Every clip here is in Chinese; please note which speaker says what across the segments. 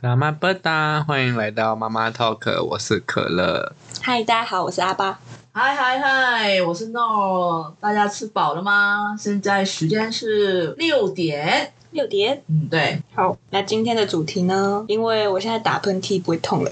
Speaker 1: 妈妈不搭，欢迎来到妈妈 talk，我是可乐。
Speaker 2: 嗨，大家好，我是阿巴。
Speaker 3: 嗨嗨嗨，我是 No，大家吃饱了吗？现在时间是六点。
Speaker 2: 六点，
Speaker 3: 嗯，对，
Speaker 2: 好，那今天的主题呢？因为我现在打喷嚏不会痛了，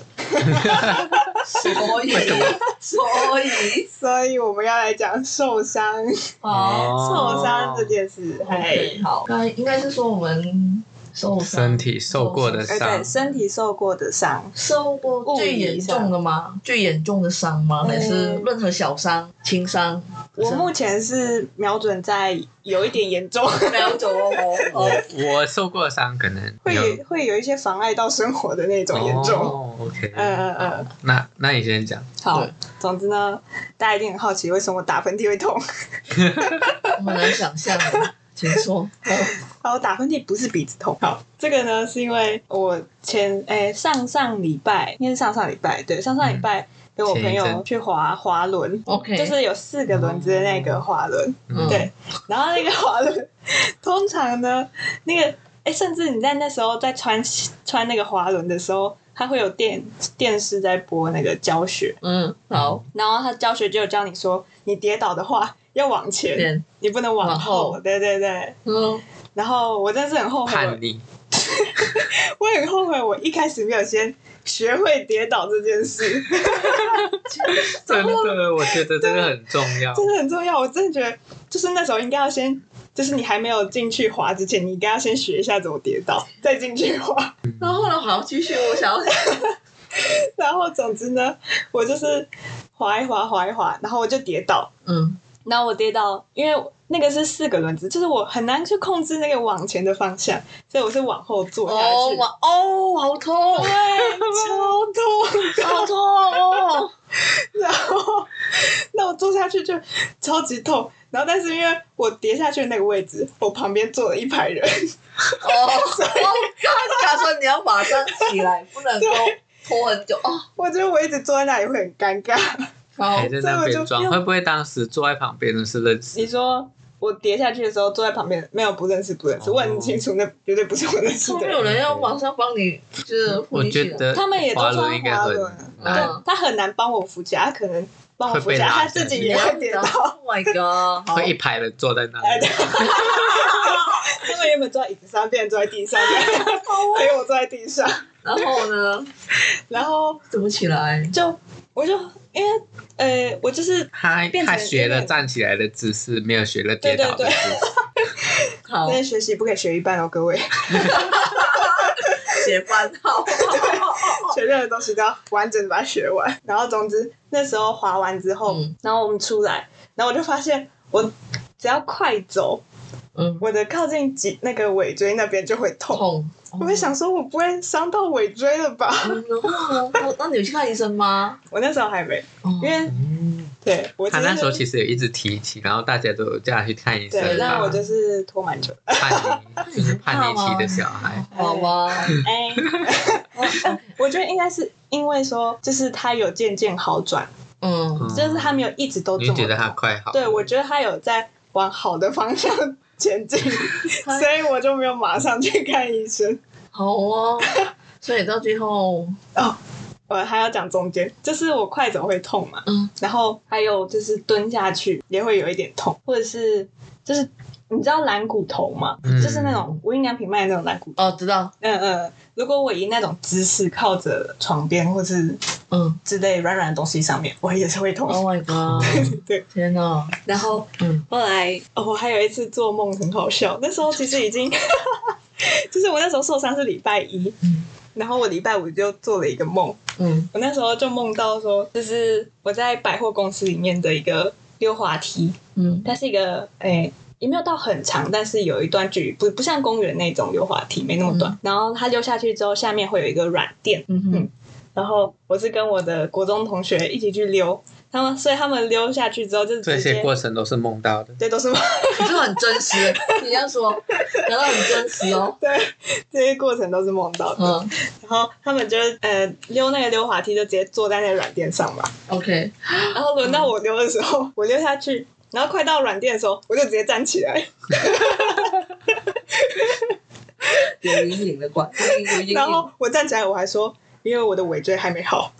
Speaker 3: 所以 所以
Speaker 4: 所以我们要来讲受伤、
Speaker 3: 哦，
Speaker 4: 受伤这件事。嘿，
Speaker 3: 哎，好，那应该是说我们受伤
Speaker 1: 身体受过的
Speaker 4: 哎，
Speaker 1: 伤
Speaker 4: 对，，身体受过的伤，
Speaker 3: 受过最严重的吗？最严重的伤吗？还是任何小伤、轻伤？
Speaker 4: 我目前是瞄准在有一点严重，
Speaker 3: 没有走
Speaker 1: 我
Speaker 3: 哦，
Speaker 1: 我受过的伤可能
Speaker 4: 会会有一些妨碍到生活的那种严重。
Speaker 1: 哦，OK，
Speaker 4: 嗯嗯嗯，
Speaker 1: 那那你先讲，
Speaker 4: 好
Speaker 3: 对，
Speaker 4: 总之呢，大家一定很好奇为什么我打喷嚏会痛。
Speaker 3: 我们能想象，啊请说。
Speaker 4: 好，我打喷嚏不是鼻子痛。好，这个呢是因为我前诶、上上礼拜，应该是上上礼拜，对，上上礼拜跟我朋
Speaker 1: 嗯前一阵
Speaker 4: 友去滑滑轮，
Speaker 3: OK，
Speaker 4: 就是有四个轮子的那个滑轮，
Speaker 1: 嗯
Speaker 4: 对，然后那个滑轮，通常呢，那个哎、甚至你在那时候在穿穿那个滑轮的时候，它会有电电视在播那个教学，
Speaker 3: 嗯，好，
Speaker 4: 然后它教学就有教你说，你跌倒的话要往前，
Speaker 3: 点，
Speaker 4: 你不能往
Speaker 3: 往
Speaker 4: 后。
Speaker 3: 后
Speaker 4: 对对对。
Speaker 3: 嗯，
Speaker 4: 然后我真的是很后悔，
Speaker 1: 叛逆，
Speaker 4: 我很后悔，我一开始没有先学会跌倒这件事，
Speaker 1: 真的，我觉得这个很重要，
Speaker 4: 真的很重要。我真的觉得，就是那时候应该要先。就是你还没有进去滑之前，你应该要先学一下怎么跌倒，再进去滑。
Speaker 3: 然后呢？好，继续，我想 要。
Speaker 4: 然后总之呢，我就是滑一滑，滑一滑，然后我就跌倒。
Speaker 3: 嗯，
Speaker 4: 然后我跌倒，因为那个是四个轮子，就是我很难去控制那个往前的方向，所以我是往后坐下
Speaker 3: 哦
Speaker 4: 去。
Speaker 3: 哇，哦，好痛，
Speaker 4: 对， 超痛！
Speaker 3: 好痛哦！
Speaker 4: 然后，那我坐下去就超级痛。然后，但是因为我跌下去的那个位置，我旁边坐了一排人，
Speaker 3: 哦，他说你要马上起来，不能够拖很久哦。
Speaker 4: 我觉得我一直坐在那里会很尴尬。
Speaker 3: 好
Speaker 1: 还，在那边
Speaker 4: 所
Speaker 1: 装
Speaker 4: 以我，啊就
Speaker 1: 会不会当时坐在旁边的是认识？
Speaker 4: 你说我跌下去的时候坐在旁边，没有不认识不认
Speaker 1: 哦
Speaker 4: 识，我很清楚那绝对不是我认识
Speaker 3: 后
Speaker 4: 的
Speaker 3: 面
Speaker 4: 人。
Speaker 3: 有人要马上帮你，就是扶
Speaker 1: 我
Speaker 3: 你起
Speaker 1: 觉
Speaker 3: 来。
Speaker 1: 得
Speaker 4: 他们也都
Speaker 1: 滑
Speaker 4: 穿
Speaker 1: 轮应该
Speaker 4: 滑
Speaker 1: 很
Speaker 4: 轮啊
Speaker 1: 难，
Speaker 3: 嗯
Speaker 4: 他很难帮我扶起来，他可能帮我扶起来，
Speaker 1: 会被拉下
Speaker 4: 他
Speaker 1: 去
Speaker 4: 自己
Speaker 3: 你
Speaker 4: 也
Speaker 3: 要
Speaker 4: 会跌 倒。
Speaker 3: Oh my god！好
Speaker 1: 会一排人坐在那
Speaker 4: 哎
Speaker 1: 里
Speaker 4: 对，他们原本坐在椅子上，变成坐在地上，所以我坐在地上，
Speaker 3: 然后呢？
Speaker 4: 然后
Speaker 3: 怎么起来？
Speaker 4: 就我就因为呃，我就是
Speaker 1: 他
Speaker 4: 变成
Speaker 1: 他学
Speaker 4: 有
Speaker 1: 了
Speaker 4: 点
Speaker 1: 站起来的姿势，没有学了跌倒的
Speaker 4: 对对对
Speaker 1: 姿势。
Speaker 3: 好
Speaker 4: 那，些学习不可以学一哦半哦，各位，
Speaker 3: 结伴 好。
Speaker 4: 学任何东西都要完整的把它学完。然后总之那时候滑完之后，
Speaker 3: 嗯
Speaker 4: 然后我们出来，然后我就发现我只要快走，
Speaker 3: 嗯，
Speaker 4: 我的靠近脊那个尾椎那边就会痛。
Speaker 3: 痛。
Speaker 4: 我会想说，我不会伤到尾椎了吧？
Speaker 3: 嗯，然后呢？那你有去看医生吗？
Speaker 4: 我那时候还没，
Speaker 3: 因
Speaker 4: 因为
Speaker 1: 嗯
Speaker 4: 对我
Speaker 1: 他那时候
Speaker 4: 实
Speaker 1: 其实有一直提起，然后大家都有叫他去看医生
Speaker 4: 对，
Speaker 1: 吧
Speaker 4: 那我就是拖蛮久的。
Speaker 1: 叛逆，就是叛逆期的小孩。
Speaker 3: 好啊 吧。
Speaker 4: 哎， 我觉得应该是因为说，就是他有渐渐好转，
Speaker 3: 嗯，
Speaker 1: 嗯
Speaker 4: 就是他没有一直都
Speaker 1: 你
Speaker 4: 这么
Speaker 1: 觉得他
Speaker 4: 痛
Speaker 1: 快好？
Speaker 4: 对，我觉得他有在往好的方向前进，
Speaker 3: 他
Speaker 4: 所以我就没有马上去看医生。
Speaker 3: 好哦。所以到最后，
Speaker 4: 我还呃要讲中间，就是我快走会痛嘛，
Speaker 3: 嗯，
Speaker 4: 然后还有就是蹲下去也会有一点痛，或者是就是你知道蓝骨头吗？
Speaker 1: 嗯
Speaker 4: 就是那种无印良品卖的那种蓝骨头。
Speaker 3: 哦，知道，
Speaker 4: 嗯嗯，如果我以那种姿势靠着床边或是
Speaker 3: 嗯
Speaker 4: 之类软软的东西上面，我也是会痛。
Speaker 3: ，Oh my god，
Speaker 4: 对，
Speaker 3: 天哪，
Speaker 2: 然后
Speaker 3: 嗯，
Speaker 2: 后来
Speaker 4: 哦，我还有一次做梦很好笑，那时候其实已经， 就是我那时候受伤是礼拜一，
Speaker 3: 嗯
Speaker 4: 然后我礼拜五就做了一个梦，
Speaker 3: 嗯
Speaker 4: 我那时候就梦到说，就是我在百货公司里面的一个溜滑梯，
Speaker 3: 嗯
Speaker 4: 它是一个诶、也没有到很长，但是有一段距离，不不像公园那种溜滑梯没那么短，然后它溜下去之后，下面会有一个软垫，
Speaker 3: 嗯哼，
Speaker 4: 然后我是跟我的国中同学一起去溜，他们所以他们溜下去之后就是
Speaker 1: 这
Speaker 4: 直
Speaker 1: 些
Speaker 4: 接。
Speaker 1: 过程都是梦到的。
Speaker 4: 对，都是梦
Speaker 3: 你就很真实，你要说，讲到很真实哦，
Speaker 4: 对，这些过程都是梦到的。
Speaker 3: 嗯
Speaker 4: 然后他们就呃溜那个溜滑梯，就直接坐在那个软垫上嘛。
Speaker 3: ，OK，
Speaker 4: 然后轮到我溜的时候，我溜下去，然后快到软垫的时候，我就直接站起来。
Speaker 3: 有阴影的关，有阴影。
Speaker 4: 然后我站起来，我还说，因为我的尾椎还没好。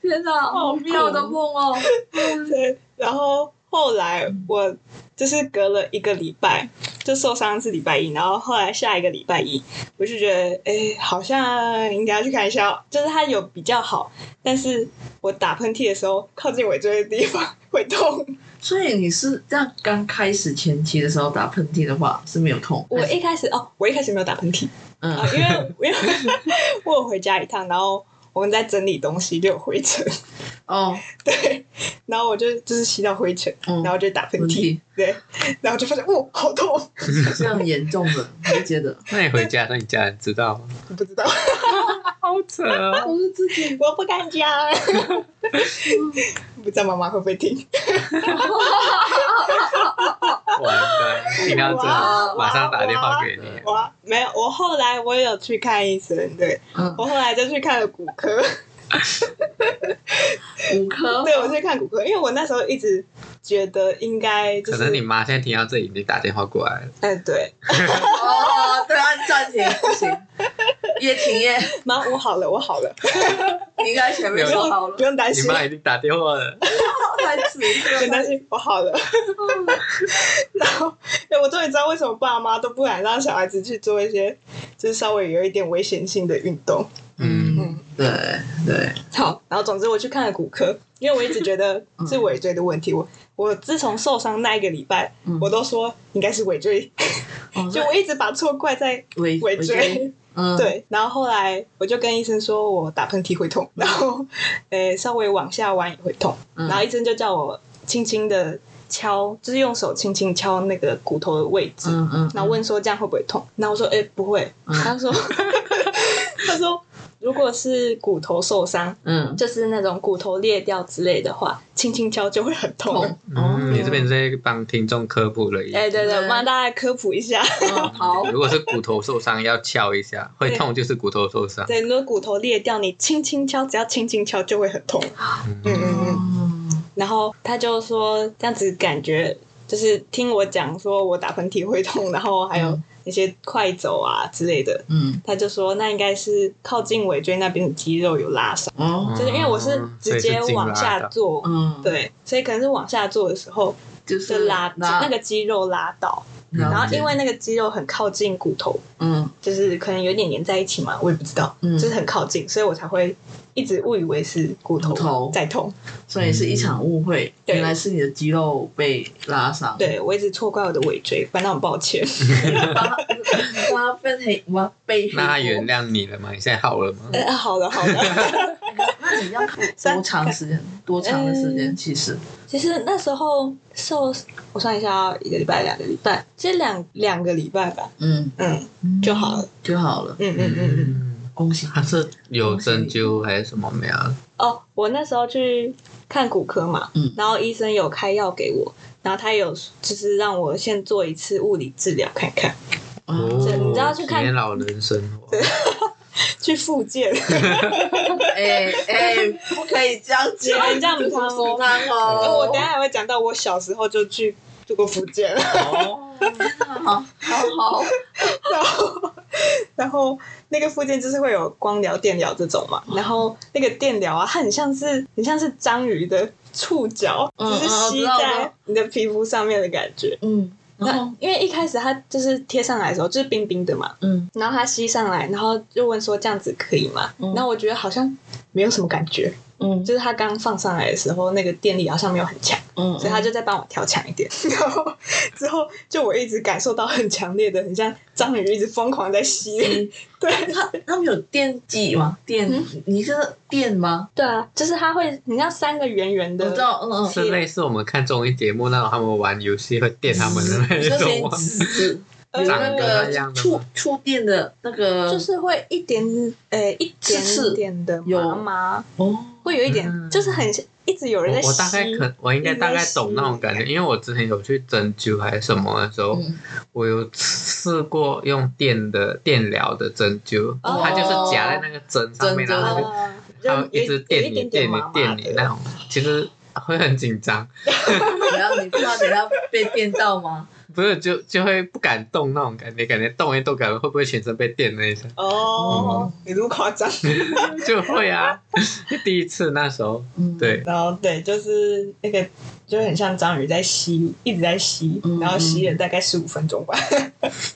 Speaker 3: 天哪，好妙的梦哦！
Speaker 4: 对，然后后来我就是隔了一个礼拜，就受伤是礼拜一，然后后来下一个礼拜一，我就觉得，哎，好像应该要去看一下哦，就是它有比较好，但是我打喷嚏的时候，靠近尾椎的地方会痛。
Speaker 3: 所以你是这样刚开始前期的时候打喷嚏的话是没有痛，
Speaker 4: 我一开始哦，我一开始没有打喷嚏
Speaker 3: 嗯
Speaker 4: 啊、因为因为我有回家一趟，然后我们在整理东西就有灰尘，
Speaker 3: 哦，
Speaker 4: 对，然后我就就是吸到灰尘，
Speaker 3: 嗯
Speaker 4: 然后就打喷
Speaker 3: 喷
Speaker 4: 嚏，
Speaker 3: 嚏
Speaker 4: 对，然后就发现哦，好痛，
Speaker 3: 这样严重的，我就觉得
Speaker 1: 那你回家让你家人知 道吗？
Speaker 4: 我不知道。
Speaker 1: 好扯哦！
Speaker 3: 我是自己，
Speaker 4: 我不敢讲， 不知道妈妈会不会听。
Speaker 1: 完蛋，听到这
Speaker 4: 哇
Speaker 1: 马上打电话给你。
Speaker 4: 我没有，我后来我有去看医生，对
Speaker 3: 嗯，
Speaker 4: 我后来就去看了骨科，
Speaker 3: 五颗，
Speaker 4: 对我去看骨科，因为我那时候一直觉得应该就
Speaker 1: 可
Speaker 4: 是，
Speaker 1: 能你妈现在听到这里，你打电话过来了，
Speaker 4: 哎、对，
Speaker 3: 哦，对，按暂停，不行，叶停耶，
Speaker 4: 妈，我好了，我好了，
Speaker 3: 你应该前面
Speaker 4: 不
Speaker 3: 说好
Speaker 4: 用
Speaker 3: 了
Speaker 4: 不，用担
Speaker 1: 你
Speaker 4: 心，
Speaker 1: 妈已经打电话了。
Speaker 3: 太 迟
Speaker 4: 不用担
Speaker 3: 了，
Speaker 4: 心，我好了。 然后，哎，我终于知道为什么爸妈都不敢让小孩子去做一些就是稍微有一点危险性的运动。
Speaker 1: 嗯，
Speaker 4: 嗯，
Speaker 3: 对对，
Speaker 4: 好，然后总之我去看了骨科，因为我一直觉得
Speaker 3: 嗯
Speaker 4: 是尾椎的问题。我我自从受伤那一个礼拜，
Speaker 3: 嗯
Speaker 4: 我都说应该是尾椎，
Speaker 3: 哦
Speaker 4: 就我一直把错怪在
Speaker 3: 尾
Speaker 4: 尾
Speaker 3: 椎，
Speaker 4: 椎。
Speaker 3: 嗯，，
Speaker 4: 对，然后后来我就跟医生说我打喷嚏会痛，然后 呃稍微往下弯也会痛，
Speaker 3: 嗯
Speaker 4: 然后医生就叫我轻轻的敲，就是用手轻轻敲那个骨头的位置，
Speaker 3: 嗯嗯，
Speaker 4: 然后问说这样会不会痛？然后我说哎、不会，
Speaker 3: 嗯
Speaker 4: 他 说他说如果是骨头受伤，
Speaker 3: 嗯，
Speaker 4: 就是那种骨头裂掉之类的话，轻轻敲就会很痛。
Speaker 3: 痛，
Speaker 1: 嗯，你这边
Speaker 3: 嗯
Speaker 1: 在帮听众科普了一下
Speaker 4: 哦哎、。对对，
Speaker 3: 对
Speaker 4: 我帮大家科普一下，
Speaker 3: 好，
Speaker 1: 如果是骨头受伤，要敲一下，会痛就是骨头受伤。
Speaker 4: 对，如果骨头裂掉，你轻轻敲，只要轻轻敲就会很痛。嗯
Speaker 1: 嗯，
Speaker 4: 嗯嗯。
Speaker 3: 嗯，
Speaker 4: 然后他就说这样子感觉就是听我讲说我打喷嚏会痛，然后还有
Speaker 3: 嗯
Speaker 4: 那些快走啊之类的，
Speaker 3: 嗯，
Speaker 4: 他就说那应该是靠近尾椎那边的肌肉有拉伤，
Speaker 1: 嗯
Speaker 3: 哦，
Speaker 4: 就是因为我是直接往下坐。
Speaker 3: 嗯，，
Speaker 4: 对，所以可能是往下坐的时候
Speaker 3: 就是
Speaker 4: 就
Speaker 3: 嗯
Speaker 4: 拉那个肌肉拉到，
Speaker 1: 了
Speaker 4: 然
Speaker 1: 解
Speaker 4: 后因为那个肌肉很靠近骨头，
Speaker 3: 嗯
Speaker 4: 就是可能有点粘在一起嘛，我也不知道，
Speaker 3: 嗯
Speaker 4: 就是很靠近，所以我才会一直误以为是骨
Speaker 3: 骨头
Speaker 4: 头在痛。
Speaker 3: 所以是一场误会，
Speaker 4: 嗯对
Speaker 3: 原来是你的肌肉被拉伤。，
Speaker 4: 对我一直错怪我的尾椎，感到很抱歉。
Speaker 3: 我被黑，我被黑。
Speaker 1: 那他原。谅你了吗？你现在好了吗？
Speaker 4: 呃，好了好了，
Speaker 3: 那你要多长时间？多长的时
Speaker 4: 嗯
Speaker 3: 间？其实，
Speaker 4: 其实那时候受，我算一下啊，一个礼拜、两个礼拜，其实两两个礼拜吧，
Speaker 3: 嗯，
Speaker 4: 嗯就好了，
Speaker 3: 就好了。
Speaker 4: 嗯嗯嗯嗯。
Speaker 1: 嗯，
Speaker 3: 恭喜
Speaker 1: 他是有针灸还是什么没有？
Speaker 4: 哦，我那时候去看骨科嘛，
Speaker 3: 嗯
Speaker 4: 然后医生有开药给我。然后他有就是让我先做一次物理治疗看看，
Speaker 3: 哦！
Speaker 4: 对你知道去看
Speaker 1: 体验老人生活，
Speaker 4: 去复健，
Speaker 3: 哎哎，不可以这样讲，
Speaker 4: 你这样不好说 我
Speaker 3: 哦。
Speaker 4: 等一下还会讲到我小时候就去做过复健了，
Speaker 3: 哦，好好好，
Speaker 4: 然后然后那个附件就是会有光疗、电疗这种嘛，然后那个电疗啊，它很像是很像是章鱼的触角，
Speaker 3: 嗯
Speaker 4: 只是吸
Speaker 3: 嗯我知道我知
Speaker 4: 在
Speaker 3: 道
Speaker 4: 你的皮肤上面的感觉。
Speaker 3: 嗯，然
Speaker 4: 那
Speaker 3: 后
Speaker 4: 因为一开始它就是贴上来的时候就是冰冰的嘛，
Speaker 3: 嗯，
Speaker 4: 然后它吸上来，然后就问说这样子可以吗？
Speaker 3: 嗯
Speaker 4: 然后我觉得好像没有什么感觉，
Speaker 3: 嗯
Speaker 4: 就是它刚放上来的时候那个电力好像没有很强。
Speaker 3: 嗯，
Speaker 4: 所以他就再帮我调强一 点，然后之后就我一直感受到很强烈的，很像章鱼一直疯狂在
Speaker 3: 嗯
Speaker 4: 吸，对
Speaker 3: 他他们有电击吗？电，你是电吗？
Speaker 4: 对啊，就是它会，你像三个圆圆
Speaker 3: 我
Speaker 4: 的，
Speaker 3: 知道，嗯嗯，
Speaker 1: 是类似我们看综艺节目那种他们玩游戏会电他们的
Speaker 3: 你
Speaker 1: 那
Speaker 3: 说
Speaker 1: 种
Speaker 3: 先
Speaker 1: 吗，
Speaker 3: 指有
Speaker 4: 呃
Speaker 3: 那
Speaker 1: 长得一
Speaker 3: 个
Speaker 1: 样的
Speaker 3: 触
Speaker 1: 吗
Speaker 3: 触电的那个，
Speaker 4: 就是会一点呃一点点的麻麻，
Speaker 3: 哦，
Speaker 4: 会有一点，
Speaker 1: 嗯
Speaker 4: 就是很像一直有人
Speaker 1: 我
Speaker 4: 在吸，
Speaker 1: 我大概可我应该大概懂那种感觉，因为我之前有去针灸还是什么的时候，
Speaker 3: 嗯
Speaker 1: 我有试过用电的电疗的针灸，
Speaker 4: 哦
Speaker 1: 它就是夹在那个针上面，
Speaker 3: 针
Speaker 1: 然后它就
Speaker 4: 啊
Speaker 1: 它会
Speaker 4: 就有
Speaker 1: 一直
Speaker 4: 有
Speaker 1: 电
Speaker 4: 一
Speaker 1: 你电
Speaker 4: 点点
Speaker 1: 你
Speaker 4: 麻麻
Speaker 1: 电你那
Speaker 4: 的，
Speaker 1: 种，其实会很紧张，
Speaker 3: 然后你不知道等一下被电到吗？
Speaker 1: 不是就就会不敢动那种感觉，感觉动一动，感觉会不会全身被电了一下，
Speaker 4: 哦，
Speaker 1: 嗯
Speaker 4: 你这么夸张？
Speaker 1: 就会啊。第一次那时候，
Speaker 3: 嗯，
Speaker 1: 对，
Speaker 4: 然后对，就是那个就很像章鱼在吸，一直在吸
Speaker 3: 嗯，
Speaker 4: 然后吸了大概十五分钟吧。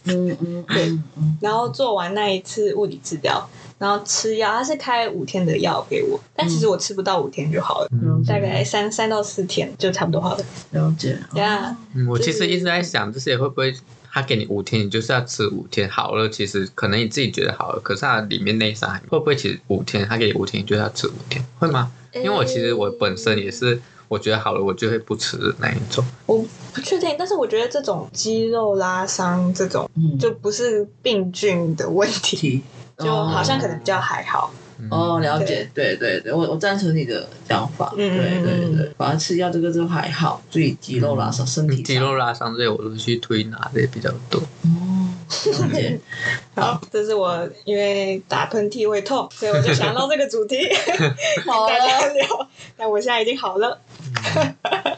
Speaker 3: 嗯，嗯嗯，对，嗯
Speaker 4: 然后做完那一次物理治疗，然后吃药，他是开五天的药给我，但其实我吃不到五天就好了，
Speaker 1: 嗯
Speaker 4: 大概三三到四天就差不多好了。
Speaker 3: 了解。
Speaker 4: 呀
Speaker 1: 嗯，我其实一直在想，这些会不会他给你五天，你就是要吃五天好了？其实可能你自己觉得好了，可是它里面内伤还没会不会其实五天他给你五天，你就是要吃五天，会吗？因为我其实我本身也是，我觉得好了，我就会不吃的那一种。
Speaker 4: 不确定，但是我觉得这种肌肉拉伤这种
Speaker 3: 嗯，
Speaker 4: 就不是病菌的问题，
Speaker 3: 体
Speaker 4: 就
Speaker 1: 哦
Speaker 4: 好像可能比较还好。
Speaker 1: 嗯
Speaker 3: 哦，了解，对对对，我我赞成你的想法，
Speaker 4: 嗯
Speaker 3: 对对对，反正吃药这个就还好，注意肌肉拉伤，身体上
Speaker 1: 肌肉拉伤这些我都去推拿这些比较多。
Speaker 3: 哦，了解，
Speaker 1: 哦
Speaker 4: 好，这是我因为打喷嚏会痛，所以我就想到这个 主题
Speaker 1: 啊
Speaker 3: 好 啊
Speaker 4: 大家
Speaker 3: 了，
Speaker 4: 聊。那我现在已经好了，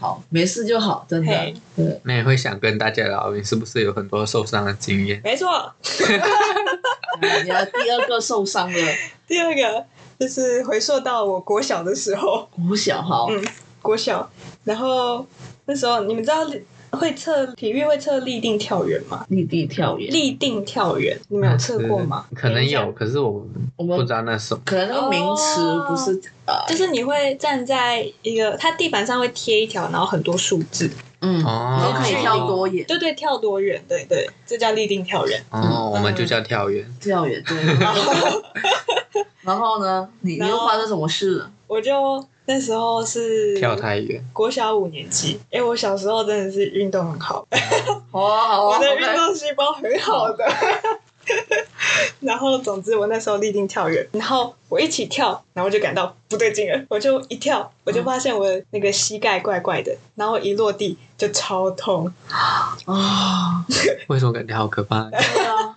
Speaker 3: 好，没事就好，真的
Speaker 4: 嘿，
Speaker 3: 对，
Speaker 1: 那也会想跟大家聊，你是不是有很多受伤的经验？
Speaker 4: 没错。
Speaker 3: 嗯你要第二个受伤的
Speaker 4: 第二个就是回溯到我国小的时候，
Speaker 3: 国小哈，
Speaker 4: 嗯国小，然后那时候你们知道会测体育会测立定跳远吗？
Speaker 3: 立地跳远，
Speaker 4: 立定跳远，你
Speaker 1: 啊
Speaker 4: 们有测过吗？
Speaker 1: 可能
Speaker 4: 等
Speaker 1: 有，
Speaker 4: 一下。
Speaker 1: 可是我
Speaker 3: 我
Speaker 1: 不
Speaker 3: 们
Speaker 1: 知道那是什么。
Speaker 3: 可能那个名词不是呃，
Speaker 4: 就是你会站在一个，它地板上会贴一条，然后很多数字，
Speaker 3: 嗯，然
Speaker 1: 哦
Speaker 3: 后，可以跳多远，
Speaker 4: 对对，跳多远，对对，这叫立定跳远。
Speaker 1: 哦，我们就叫跳远。
Speaker 3: 跳远 对，
Speaker 4: 然后
Speaker 3: 然后呢，你你
Speaker 4: 然后
Speaker 3: 又发生什么事了？
Speaker 4: 我就那时候是
Speaker 1: 跳太远，
Speaker 4: 国小五年级，哎、我小时候真的是运动很好，
Speaker 3: 好啊好
Speaker 1: 哦
Speaker 4: 我
Speaker 3: 啊
Speaker 4: 的
Speaker 3: ，OK，
Speaker 4: 运动细胞很好的。 然后，总之我那时候立定跳远，然后我一起跳，然后就感到不对劲了，我就一跳，我
Speaker 1: 嗯
Speaker 4: 就发现我的那个膝盖怪怪的，然后一落地就超痛，
Speaker 3: 啊，
Speaker 1: 为什么感觉好可怕？
Speaker 3: 对啊，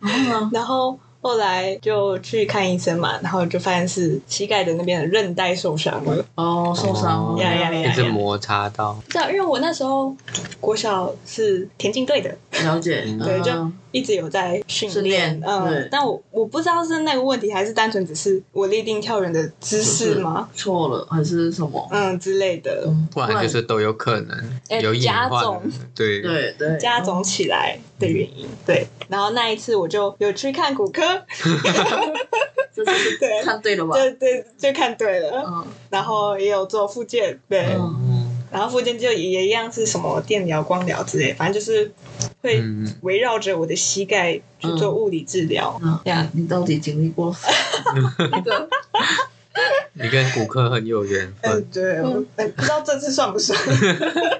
Speaker 3: 然后呢，
Speaker 4: 然后。后来就去看医生嘛，然后就发现是膝盖的那边的韧带受伤了。
Speaker 3: 哦，受伤
Speaker 1: 哦
Speaker 3: 了，
Speaker 4: 呀呀呀
Speaker 1: 一直摩擦到，
Speaker 4: 对啊，因为我那时候国小是田径队的，
Speaker 3: 了解，
Speaker 1: 嗯
Speaker 4: 对，就
Speaker 3: 嗯
Speaker 4: 一直有在训
Speaker 3: 训练对
Speaker 4: 嗯，但我我不知道是那个问题，还是单纯只是我立定跳远的姿势吗？
Speaker 3: 错了还是什么？
Speaker 4: 嗯之类的，
Speaker 3: 嗯
Speaker 1: 不然就是都有可能
Speaker 4: 哎
Speaker 1: 有隐
Speaker 4: 加
Speaker 1: 患
Speaker 4: 重。
Speaker 1: 对，
Speaker 3: 对对，
Speaker 4: 加总起来的原因。对，然后那一次我就有去看骨科，
Speaker 3: 这是
Speaker 4: 对
Speaker 3: 看对了吧？
Speaker 4: 对对，就看对了，
Speaker 3: 嗯
Speaker 4: 然后也有做复健，对，
Speaker 3: 嗯
Speaker 1: 嗯
Speaker 4: 然后复健就也一样是什么电疗、光疗之类，反正就是会
Speaker 1: 嗯，
Speaker 4: 围绕着我的膝盖去做物理治疗。
Speaker 3: 嗯，呀，你到底经 历过那个？
Speaker 1: 你跟骨科很有缘
Speaker 4: 嗯
Speaker 1: 分，，
Speaker 4: 对，我嗯不知道这次算不算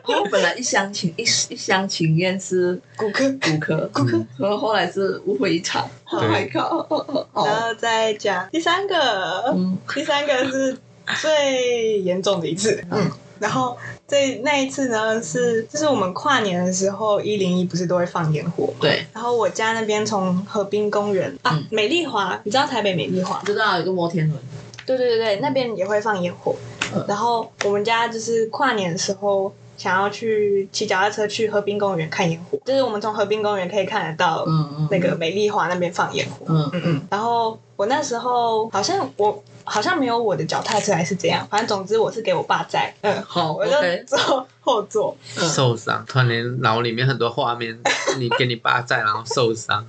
Speaker 3: 我本来一厢情一一厢情愿是
Speaker 4: 骨 科。
Speaker 3: 骨科，
Speaker 4: 骨科
Speaker 1: 嗯
Speaker 3: 然后后来是误会一场。Oh my god！
Speaker 4: 然
Speaker 3: 哦，
Speaker 4: 后再讲第三个，
Speaker 3: 嗯，
Speaker 4: 第三个是最严重的一次。嗯，然后这那一次呢是，就是我们跨年的时候，一零一不是都会放烟火嘛。
Speaker 3: 对，
Speaker 4: 然后我家那边从河滨公园啊
Speaker 3: 嗯，
Speaker 4: 美丽华，你知道台北美丽华
Speaker 3: 我？知道有个摩天轮，
Speaker 4: 对对对对，那边也会放烟火。
Speaker 3: 嗯
Speaker 4: 然后我们家就是跨年的时候。想要去骑脚踏车去河滨公园看烟火，就是我们从河滨公园可以看得到
Speaker 3: 嗯嗯，
Speaker 4: 那个美丽华那边放烟火。
Speaker 3: 嗯，
Speaker 4: 嗯嗯，然后我那时候好像我好像没有我的脚踏车还是怎样，反正总之我是给我爸载，嗯，
Speaker 3: 好
Speaker 4: 我就
Speaker 3: ，OK，
Speaker 4: 坐后座，
Speaker 1: 受伤，突然间脑里面很多画面，你给你爸在，然后受伤，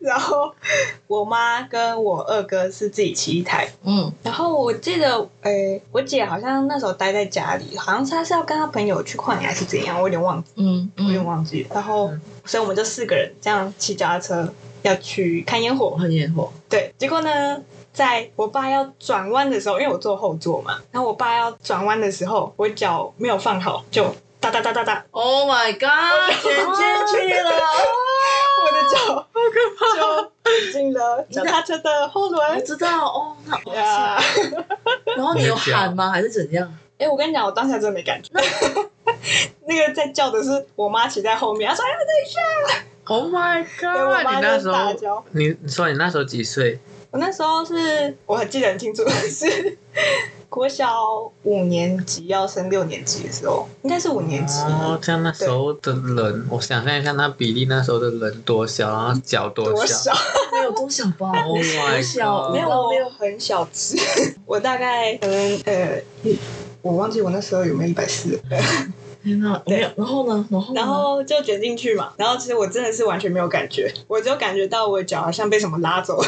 Speaker 4: 然后我妈跟我二哥是自己骑一台，
Speaker 3: 嗯
Speaker 4: 然后我记得诶、我姐好像那时候待在家里，好像是她是要跟她朋友去跨年还是怎样，我有点忘记，
Speaker 3: 嗯
Speaker 4: 我有点
Speaker 3: 嗯，
Speaker 4: 忘记了，然后所以我们就四个人这样骑脚踏车要去看烟火
Speaker 3: 我，很烟火，
Speaker 4: 对，结果呢，在我爸要转弯的时候，因为我坐后座嘛，然后我爸要转弯的时候，我脚没有放好，就哒哒哒哒哒，
Speaker 3: Oh my god！卷进去 了，
Speaker 4: 我的脚好可怕，就进了脚踏车的后
Speaker 3: 我
Speaker 4: 轮。
Speaker 3: 知道哦。 那
Speaker 4: 呀，
Speaker 3: 然后你有喊吗？还是怎样？
Speaker 4: 哎，我跟你讲，我当下真的没感觉。 那个在叫的是我妈骑在后面，她说：“哎，等一下。
Speaker 1: Oh my
Speaker 4: 对我
Speaker 1: god！
Speaker 4: 妈
Speaker 1: 你那
Speaker 4: 就
Speaker 1: 时
Speaker 4: 是大
Speaker 1: 候
Speaker 4: 叫，
Speaker 1: 你你说你那时候几岁？”
Speaker 4: 我那时候是，我记得很清楚，是国小五年级要升六年级的时候，应该是五年级。
Speaker 1: 哦，这样那时候的人，我想象一下那比例，那时候的人多小，然后脚
Speaker 4: 多
Speaker 1: 小
Speaker 4: 小？
Speaker 3: 没有多小吧？
Speaker 1: ，Oh
Speaker 3: 多
Speaker 1: my
Speaker 3: 小
Speaker 1: god！
Speaker 4: 没有，我没
Speaker 3: 没有
Speaker 4: 有很小只，我大概可能呃，一我忘记我那时候有没有一百四，
Speaker 3: 天哪，没有。然后呢？
Speaker 1: 嗯
Speaker 3: 然后呢
Speaker 4: 然 后就卷进去嘛。然后其实我真的是完全没有感觉，我就感觉到我的脚好像被什么拉走，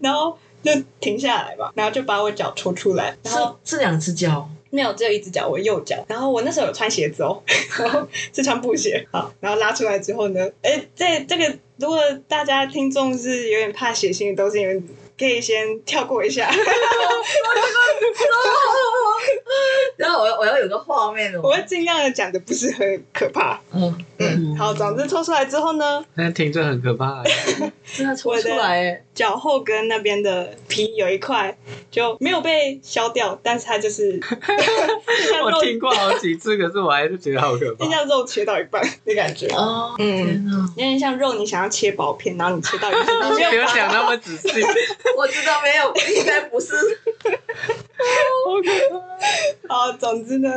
Speaker 4: 然后就停下来嘛，然后就把我脚抽出来，然
Speaker 3: 是
Speaker 4: 后
Speaker 3: 是两只脚，
Speaker 4: 没有只有一只脚，我右脚。然后我那时候有穿鞋子哦， 然后是穿布鞋，好，然后拉出来之后呢，哎，这这个如果大家听众是有点怕血腥的东西，你们可以先跳过一下。
Speaker 3: 然后我要我要有个画面哦
Speaker 4: 我会尽量的讲的不是很可怕。
Speaker 3: 嗯，对，
Speaker 4: 嗯，好，总之抽出来之后呢，
Speaker 1: 那听着很可 怕欸，
Speaker 3: 真的抽出来欸，
Speaker 4: 脚后跟那边的皮有一块就没有被削掉，但是它就是 就像肉
Speaker 1: 我，听过好几次，可是我还是觉得好可怕
Speaker 4: 就。像肉切到一半的感觉。
Speaker 3: 哦，
Speaker 4: 嗯，
Speaker 3: 天哪！
Speaker 4: 有点像肉，你想要切薄片，然后你切到一半，你
Speaker 1: 不
Speaker 4: 没有
Speaker 1: 要
Speaker 4: 把
Speaker 1: 想那么仔细，
Speaker 3: 我知道没有，应该 不是。 哦
Speaker 4: 好，总之呢，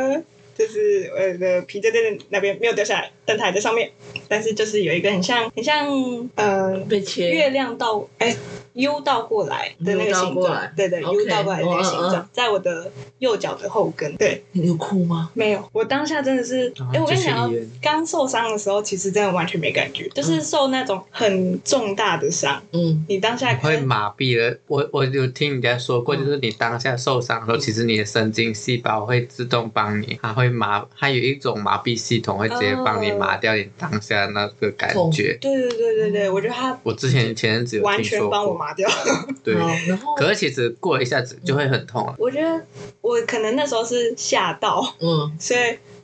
Speaker 4: 就是我的皮在在那边没有掉下来，但它还在上面。但是就是有一个很像很像呃
Speaker 3: 被切
Speaker 4: 月亮倒哎、U 倒过来的那个
Speaker 3: ，U 倒
Speaker 4: 形
Speaker 3: 过
Speaker 4: 状
Speaker 3: 来，
Speaker 4: 对对
Speaker 3: OK，
Speaker 4: ，U 倒过来的那个形
Speaker 3: 嗯嗯
Speaker 4: 状，在我的右脚的后跟。对，
Speaker 3: 你有哭吗？
Speaker 4: 没有，我当下真的是嗯
Speaker 1: 啊，
Speaker 4: 哎，我跟
Speaker 1: 就
Speaker 4: 你
Speaker 1: 去
Speaker 4: 讲
Speaker 1: 医院，
Speaker 4: 刚受伤的时候，其实真的完全没感觉，就是受那种很重大的伤，
Speaker 3: 嗯，
Speaker 4: 你当下可
Speaker 1: 会
Speaker 4: 能
Speaker 1: 麻痹了。我我有听人家说过，
Speaker 3: 嗯
Speaker 1: 就是你当下受伤的
Speaker 4: 嗯
Speaker 1: 时候，其实你的神经细胞会自动帮你，它会麻，它有一种麻痹系统会直接帮
Speaker 4: 哦
Speaker 1: 你麻掉你当下那个感觉。
Speaker 4: 对对对对对，我觉得它
Speaker 1: 我之前前阵子有
Speaker 4: 完
Speaker 1: 听
Speaker 4: 全
Speaker 1: 说
Speaker 4: 帮我哦
Speaker 1: 过，
Speaker 4: 麻掉。
Speaker 1: 对。
Speaker 3: 好，然后
Speaker 1: 可是其实过了一下子就会很痛了。
Speaker 4: 我觉得我可能那时候是吓到，
Speaker 3: 嗯，
Speaker 4: 所以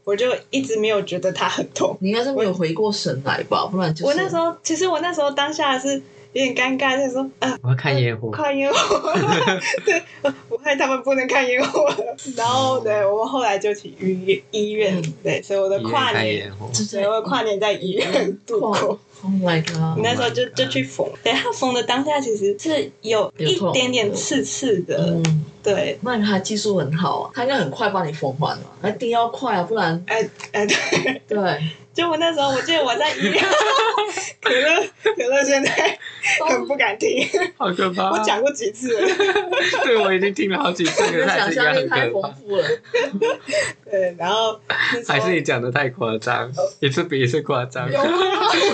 Speaker 4: 我就一直没有觉得它很痛。
Speaker 3: 你应该是没有回过神来吧，不然就是
Speaker 4: 我那时候其实我那时候当下是有点尴尬，就是说啊，
Speaker 1: 我要看烟火，
Speaker 4: 快烟火， 对，我害他们不能看烟火。然后对我们后来就去医院，医院
Speaker 3: 嗯
Speaker 4: 对，所以我的
Speaker 1: 医院
Speaker 4: 跨
Speaker 1: 看
Speaker 4: 年，
Speaker 1: 烟 嗯火，
Speaker 3: 就是
Speaker 4: 所以我的跨年在医院度过。
Speaker 3: Oh my god！
Speaker 4: 那时候就
Speaker 1: Oh my god
Speaker 4: 就去缝，对，它缝的当下其实是有一
Speaker 3: 有痛
Speaker 4: 点点刺刺的，
Speaker 3: 嗯，
Speaker 4: 对，
Speaker 3: 那他技术很好啊，他应该很快帮你缝完了，一定要快啊，不然
Speaker 4: 哎哎对。
Speaker 3: 对，
Speaker 4: 就我那时候，我记得我在医 院，可乐可乐现在很不敢听，
Speaker 1: 好可怕！
Speaker 4: 我讲过几次了。
Speaker 1: 对我已经听了好 几次，
Speaker 3: 你
Speaker 1: 可
Speaker 3: 的
Speaker 1: 是还
Speaker 3: 想
Speaker 1: 是一样
Speaker 3: 象力
Speaker 1: 很
Speaker 3: 太
Speaker 1: 可
Speaker 3: 丰
Speaker 1: 怕。
Speaker 3: 富了。
Speaker 4: 对，然后那时候
Speaker 1: 还是你讲的太夸张，
Speaker 4: 哦
Speaker 1: 一次比一次夸张。
Speaker 4: 啊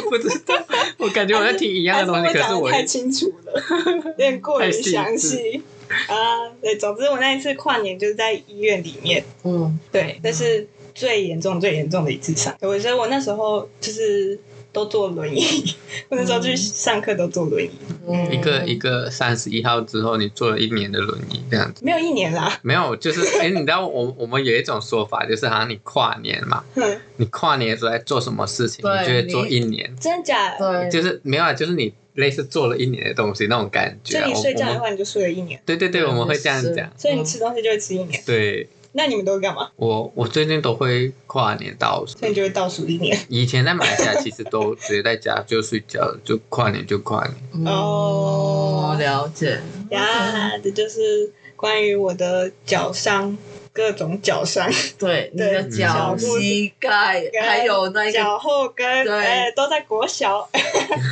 Speaker 1: 不知道，我感觉我在听一样
Speaker 4: 还
Speaker 1: 的
Speaker 4: 是
Speaker 1: 东西，
Speaker 4: 我
Speaker 1: 可是
Speaker 4: 讲
Speaker 1: 我
Speaker 4: 的太清楚了，有点过于详细啊。对，总之我那一次跨年就是在医院里面，
Speaker 3: 嗯，
Speaker 4: 对，那是最严重、最严重的一次上。我觉得我那时候就是都坐轮椅， 我那时候去上课都坐轮椅，
Speaker 3: 嗯
Speaker 1: 一个一个三十一号之后，你坐了一年的轮椅这样子。
Speaker 4: 没有一年啦。
Speaker 1: 没有，就是哎、你知道我我们有一种说法，就是好像你跨年嘛，
Speaker 4: 哼，
Speaker 1: 你跨年的时候在做什么事情，
Speaker 3: 对
Speaker 1: 你就会做一年，
Speaker 4: 真假？
Speaker 3: 对，
Speaker 1: 就是没有啊，就是你类似做了一年的东西那种感觉
Speaker 4: 所
Speaker 1: 啊。
Speaker 4: 以你睡
Speaker 1: 我
Speaker 4: 觉
Speaker 1: 我
Speaker 4: 嗯的
Speaker 1: 们
Speaker 4: 话，你就睡了一年，
Speaker 1: 对对对，
Speaker 3: 对
Speaker 1: 我们会这样
Speaker 3: 是
Speaker 1: 讲。
Speaker 4: 所以你吃东西就会吃一年。
Speaker 1: 对
Speaker 4: 那你们都干嘛？
Speaker 1: 我我最近都会跨年倒数
Speaker 4: 所，以你就会倒数一年。
Speaker 1: 以前在马来西亚其实都直接在家就睡觉了，就跨年就跨年。
Speaker 3: 嗯
Speaker 4: 哦
Speaker 3: 了解。
Speaker 4: 呀，这就是关于我的脚伤，各种脚伤，
Speaker 3: 对，你的
Speaker 1: 对
Speaker 3: 脚、
Speaker 1: 嗯
Speaker 3: 膝盖，
Speaker 4: 跟
Speaker 3: 还有那个，
Speaker 4: 脚后跟，
Speaker 3: 对
Speaker 4: 哎，都在国小。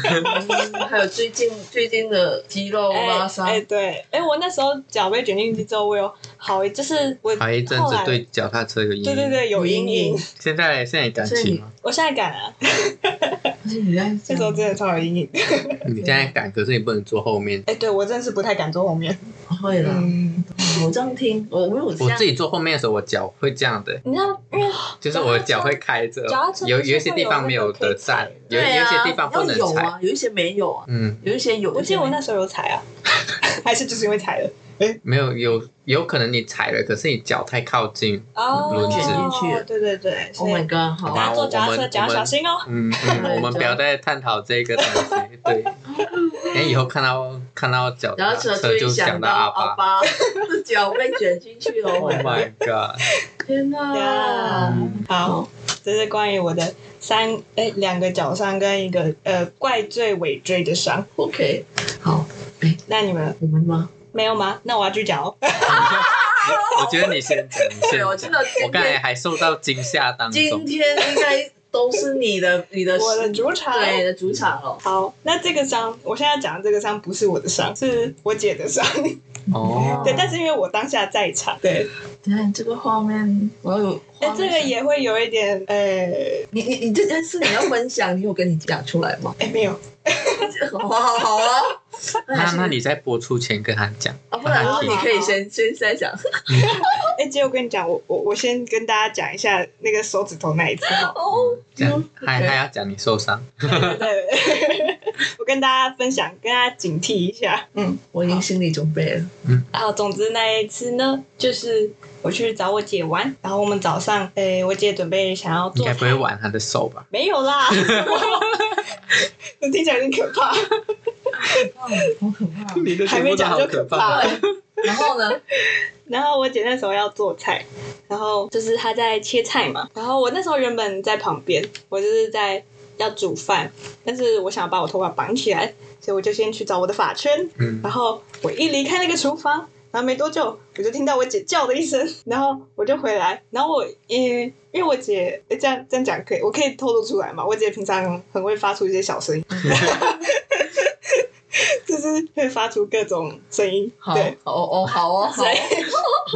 Speaker 3: 嗯还有最近 最近的肌肉拉
Speaker 4: 哎
Speaker 3: 伤，
Speaker 4: 哎，对，哎，我那时候脚被卷进去之后，我有好一，就是我
Speaker 1: 还一阵
Speaker 4: 后
Speaker 1: 子
Speaker 4: 来，
Speaker 1: 对脚踏车有阴影。
Speaker 4: 对对对，有阴
Speaker 3: 阴
Speaker 4: 影
Speaker 3: 影。
Speaker 1: 现在现在你敢骑吗？
Speaker 4: 我现在敢啊，
Speaker 3: 而哎且你在
Speaker 4: 那时候真的超有阴影。
Speaker 1: 你现在敢，可是你不能坐后面。
Speaker 4: 哎，对我真的是不太敢坐后面。
Speaker 3: 会啦。
Speaker 4: 嗯，
Speaker 3: 我这样听，我我有这
Speaker 1: 我
Speaker 3: 样
Speaker 1: 自，己坐后面的时候，我脚会这样的，
Speaker 4: 你知道， 因为
Speaker 1: 就是我的脚会开着
Speaker 4: 哦脚踏车，
Speaker 1: 有
Speaker 4: 不是
Speaker 1: 有一些地方没有得站，有有一些地方不
Speaker 3: 要
Speaker 1: 能
Speaker 3: 有
Speaker 1: 踩。
Speaker 3: 啊，有一些没有啊，
Speaker 1: 嗯，
Speaker 3: 有一些有。
Speaker 4: 我记得
Speaker 3: 有
Speaker 4: 我
Speaker 3: 一些没
Speaker 4: 那时候有踩啊， 还是就是因为踩了。
Speaker 1: 没有有有可能你踩了，可是你脚太靠近。轮
Speaker 4: 哦，
Speaker 1: 子
Speaker 3: 卷进去了
Speaker 4: 对对对，所
Speaker 3: Oh
Speaker 4: 以
Speaker 3: my god！
Speaker 1: 好
Speaker 3: 好，
Speaker 1: 吧
Speaker 4: 大家坐脚踏
Speaker 1: 我
Speaker 4: 车
Speaker 1: 们
Speaker 4: 脚要小心哦。
Speaker 1: 嗯嗯， 我们不要再探讨这个东 西。对，哎，以后看到看到脚
Speaker 3: 然
Speaker 1: 踏
Speaker 3: 后 就
Speaker 1: 车
Speaker 3: 一
Speaker 1: 就
Speaker 3: 想
Speaker 1: 想
Speaker 3: 到
Speaker 1: 到阿
Speaker 3: 阿
Speaker 1: 巴。
Speaker 3: 巴，这脚被卷进去了。
Speaker 1: Oh my god！
Speaker 3: 天啊哪！
Speaker 1: 嗯
Speaker 4: 好，这是关于我的三哎两个脚伤跟一个呃怪罪尾椎的伤。
Speaker 3: OK，好，
Speaker 4: 那你们
Speaker 3: 我们吗？
Speaker 4: 没有吗？那我要去讲哦。
Speaker 1: 我觉得你先讲，你先
Speaker 3: 对，
Speaker 1: 讲
Speaker 3: 我记得今
Speaker 1: 我刚才
Speaker 3: 天
Speaker 1: 还受到惊吓当
Speaker 3: 今
Speaker 1: 中。
Speaker 3: 天应该都是你的你的
Speaker 4: 我的主场。
Speaker 3: 呃对你的主场哦。
Speaker 4: 好，那这个伤，我现在讲的这个伤不是我的伤，是我姐的伤。
Speaker 1: 哦，
Speaker 4: 对，但是因为我当下在场，对，
Speaker 3: 等一下这个画面，我要有
Speaker 4: 哎、
Speaker 3: 画面
Speaker 4: 这个
Speaker 3: 想
Speaker 4: 也会有一点，呃、
Speaker 3: 你你你这件事你要分享，你有跟你讲出来 吗？
Speaker 4: 哎、没有，
Speaker 3: 好啊好啊好啊，还
Speaker 1: 那
Speaker 3: 是
Speaker 1: 那你在播出前跟他讲，
Speaker 3: 啊，不然
Speaker 1: 好啊
Speaker 3: 你可以先先再讲。。
Speaker 4: 哎、姐，我跟你讲，我我我先跟大家讲一下那个手指头那一次哈
Speaker 3: 哦，
Speaker 1: 这样还
Speaker 3: OK
Speaker 1: 还要讲你受伤，
Speaker 4: 对，对 我跟大家分享，跟大家警惕一下。嗯，
Speaker 3: 我已经心理准备了。
Speaker 4: 然后总之那一次呢，就是我去找我姐玩，然后我们早上，哎、我姐准备想要
Speaker 1: 应
Speaker 4: 做
Speaker 1: 该不会
Speaker 4: 菜
Speaker 1: 玩他的手吧？
Speaker 4: 没有啦， 这听起来有点可怕。
Speaker 3: 好可怕！
Speaker 1: 你的
Speaker 4: 还
Speaker 1: 全
Speaker 4: 没
Speaker 1: 部都
Speaker 4: 讲
Speaker 1: 好
Speaker 4: 就
Speaker 1: 可
Speaker 4: 可怕
Speaker 1: 怕
Speaker 4: 了。
Speaker 3: 然后 呢？
Speaker 4: 然后我姐那时候要做菜，然后就是她在切菜嘛，然后我那时候原本在旁边，我就是在要煮饭，但是我想把我头发绑起来，所以我就先去找我的发圈，
Speaker 1: 嗯，
Speaker 4: 然后我一离开那个厨房，然后没多久我就听到我姐叫的一声， 然后我就回来，然后我因因为我姐诶这样这样讲可以，我可以透露出来嘛，我姐平常很会发出一些小 声音，就是会发出各种声音，
Speaker 3: 好，
Speaker 4: 对
Speaker 3: 哦。哦，好哦， 好
Speaker 4: 所以，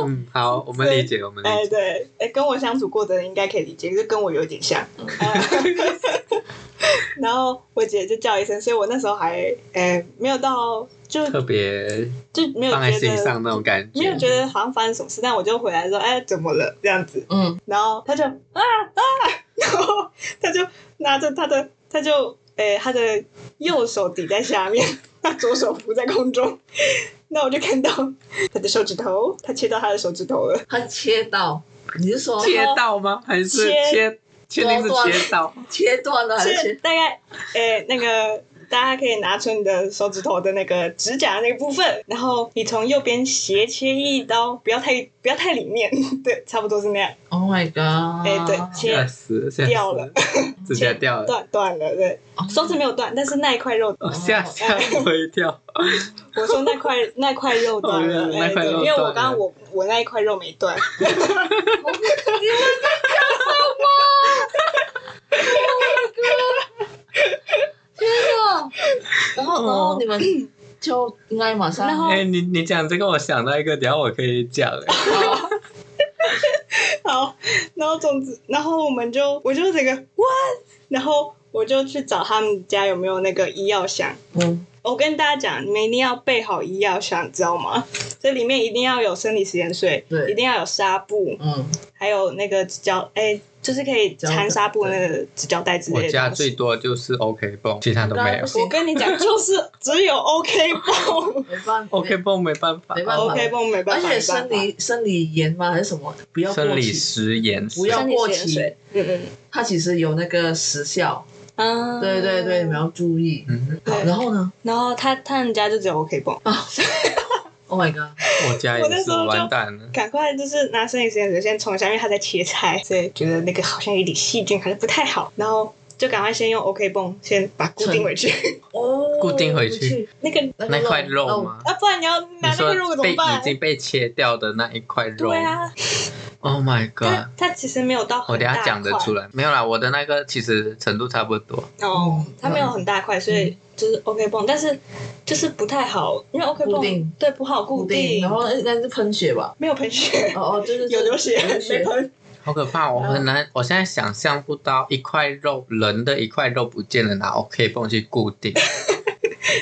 Speaker 1: 嗯，好，我们理解，我们
Speaker 4: 哎、
Speaker 1: 理解。
Speaker 4: 对，哎、跟我相处过的人应该可以理解，就跟我有点像。啊 然后我姐就叫一声，所以我那时候还哎、没有到，就
Speaker 1: 特别
Speaker 4: 就没有
Speaker 1: 放在
Speaker 4: 觉
Speaker 1: 心
Speaker 4: 得
Speaker 1: 上那种感
Speaker 4: 没有
Speaker 1: 觉，
Speaker 4: 觉得好像发生什么事，但我就回来说，哎、怎么了这样子？
Speaker 3: 嗯，
Speaker 4: 然后她就啊啊， 然后她就拿着她的，她就哎、她的右手抵在下面， 她左手浮在空中。那我就看到她的手指头，她切到她的手指头了。
Speaker 3: 他切到，你是说
Speaker 1: 切到吗？还是
Speaker 4: 切
Speaker 1: 切确定是切到？
Speaker 3: 切断了还是
Speaker 4: 是
Speaker 3: 切？
Speaker 4: 大概，诶、那个大家可以拿出你的手指头的那个指甲那个部分，然后你从右边斜切一刀，不要太不要太里面， 对，差不多是那样，
Speaker 3: ？Oh my god！
Speaker 4: 哎对切
Speaker 1: 吓死，吓死
Speaker 4: 掉了，
Speaker 1: 指甲掉了，
Speaker 4: 断断了，对，
Speaker 3: 哦
Speaker 4: 手哦指没有断，但是那一块肉，
Speaker 1: 哦吓吓我一跳。
Speaker 4: 我说那块那块肉断了，
Speaker 1: 哦
Speaker 4: 哎
Speaker 1: 那块
Speaker 4: 对
Speaker 1: 肉
Speaker 4: 因为我
Speaker 1: 断
Speaker 4: 刚刚
Speaker 1: 了
Speaker 4: 我我那一块肉没 断，
Speaker 3: 你们在干什么？Oh my god！天哪！然后，然后你们就应该马上，
Speaker 4: 哦然后
Speaker 1: 哎，你你讲这个，我想到一个，等一下我可以讲。哎
Speaker 3: 好
Speaker 4: 好，然后总之，然后我们就我就整个 what，然后我就去找他们家有没有那个医药箱。
Speaker 3: 嗯，
Speaker 4: 我跟大家讲，你们一定要备好医药箱，知道吗？这里面一定要有生理食盐水，
Speaker 3: 对
Speaker 4: 一定要有纱布，
Speaker 3: 嗯，
Speaker 4: 还有那个纸胶，哎、就是可以缠纱布那个纸胶带之
Speaker 1: 我
Speaker 4: 类
Speaker 1: 家
Speaker 4: 的东
Speaker 1: 最
Speaker 4: 西。
Speaker 1: 多就是 OK 绷，其他都没有
Speaker 3: 不。行
Speaker 4: 我跟你讲，就是只有 OK 绷
Speaker 3: 没办法
Speaker 1: OK 绷没办法，
Speaker 3: 没办法
Speaker 4: ，OK 绷没办
Speaker 3: 而
Speaker 4: 法，
Speaker 3: 且生
Speaker 4: 没办法
Speaker 3: 理生理盐吗还是什么？不要过
Speaker 1: 生理
Speaker 3: 期，
Speaker 1: 食盐水
Speaker 3: 不要过
Speaker 4: 生理食
Speaker 3: 期
Speaker 4: 盐，嗯嗯
Speaker 3: 它其实有那个时效。
Speaker 4: 嗯，
Speaker 3: 对对对，你们要注意。
Speaker 1: 嗯，
Speaker 3: 好，
Speaker 4: 对
Speaker 3: 然后呢
Speaker 4: 然后他他们家就只有 OK 绷，
Speaker 3: 嗯？Oh my god！
Speaker 1: 我家
Speaker 4: 我那
Speaker 1: 也
Speaker 4: 时
Speaker 1: 是
Speaker 4: 候就
Speaker 1: 完蛋了。
Speaker 4: 赶快就是拿生理食盐水先冲一下，因为他在切菜，所以觉得那个好像有点细菌，还是不太好，然后就赶快先用 OK 绷先把固定回去。
Speaker 3: 哦，
Speaker 1: 固定回去
Speaker 3: 去
Speaker 4: 那个
Speaker 1: 那块肉？
Speaker 3: 哦
Speaker 1: 吗？
Speaker 4: 啊，不然你要
Speaker 1: 你
Speaker 4: 拿那
Speaker 1: 说
Speaker 4: 个肉怎
Speaker 1: 被
Speaker 4: 么办
Speaker 1: 已？经被切掉的那一块肉
Speaker 4: 对啊，
Speaker 1: ，Oh my
Speaker 4: 它
Speaker 1: god！
Speaker 4: 它其实没有到
Speaker 1: 我
Speaker 4: 很
Speaker 1: 等
Speaker 4: 大
Speaker 1: 下讲得
Speaker 4: 块
Speaker 1: 出来，没有啦，我的那个其实程度差不多，
Speaker 4: 哦
Speaker 3: 嗯，
Speaker 4: 它没有很大块，所以就是 OK 绷，但是就是不太好，因为 OK
Speaker 3: 固
Speaker 4: 绷
Speaker 3: 定
Speaker 4: 对不好
Speaker 3: 固
Speaker 4: 固
Speaker 3: 定，然后应该是喷血吧？
Speaker 4: 没有喷血，
Speaker 3: 哦哦，就是
Speaker 4: 有流血
Speaker 3: 流血
Speaker 4: 没。喷，
Speaker 1: 好可怕！我很难，我现在想象不到一块肉，人的一块肉不见了，拿 OK 绷去固定，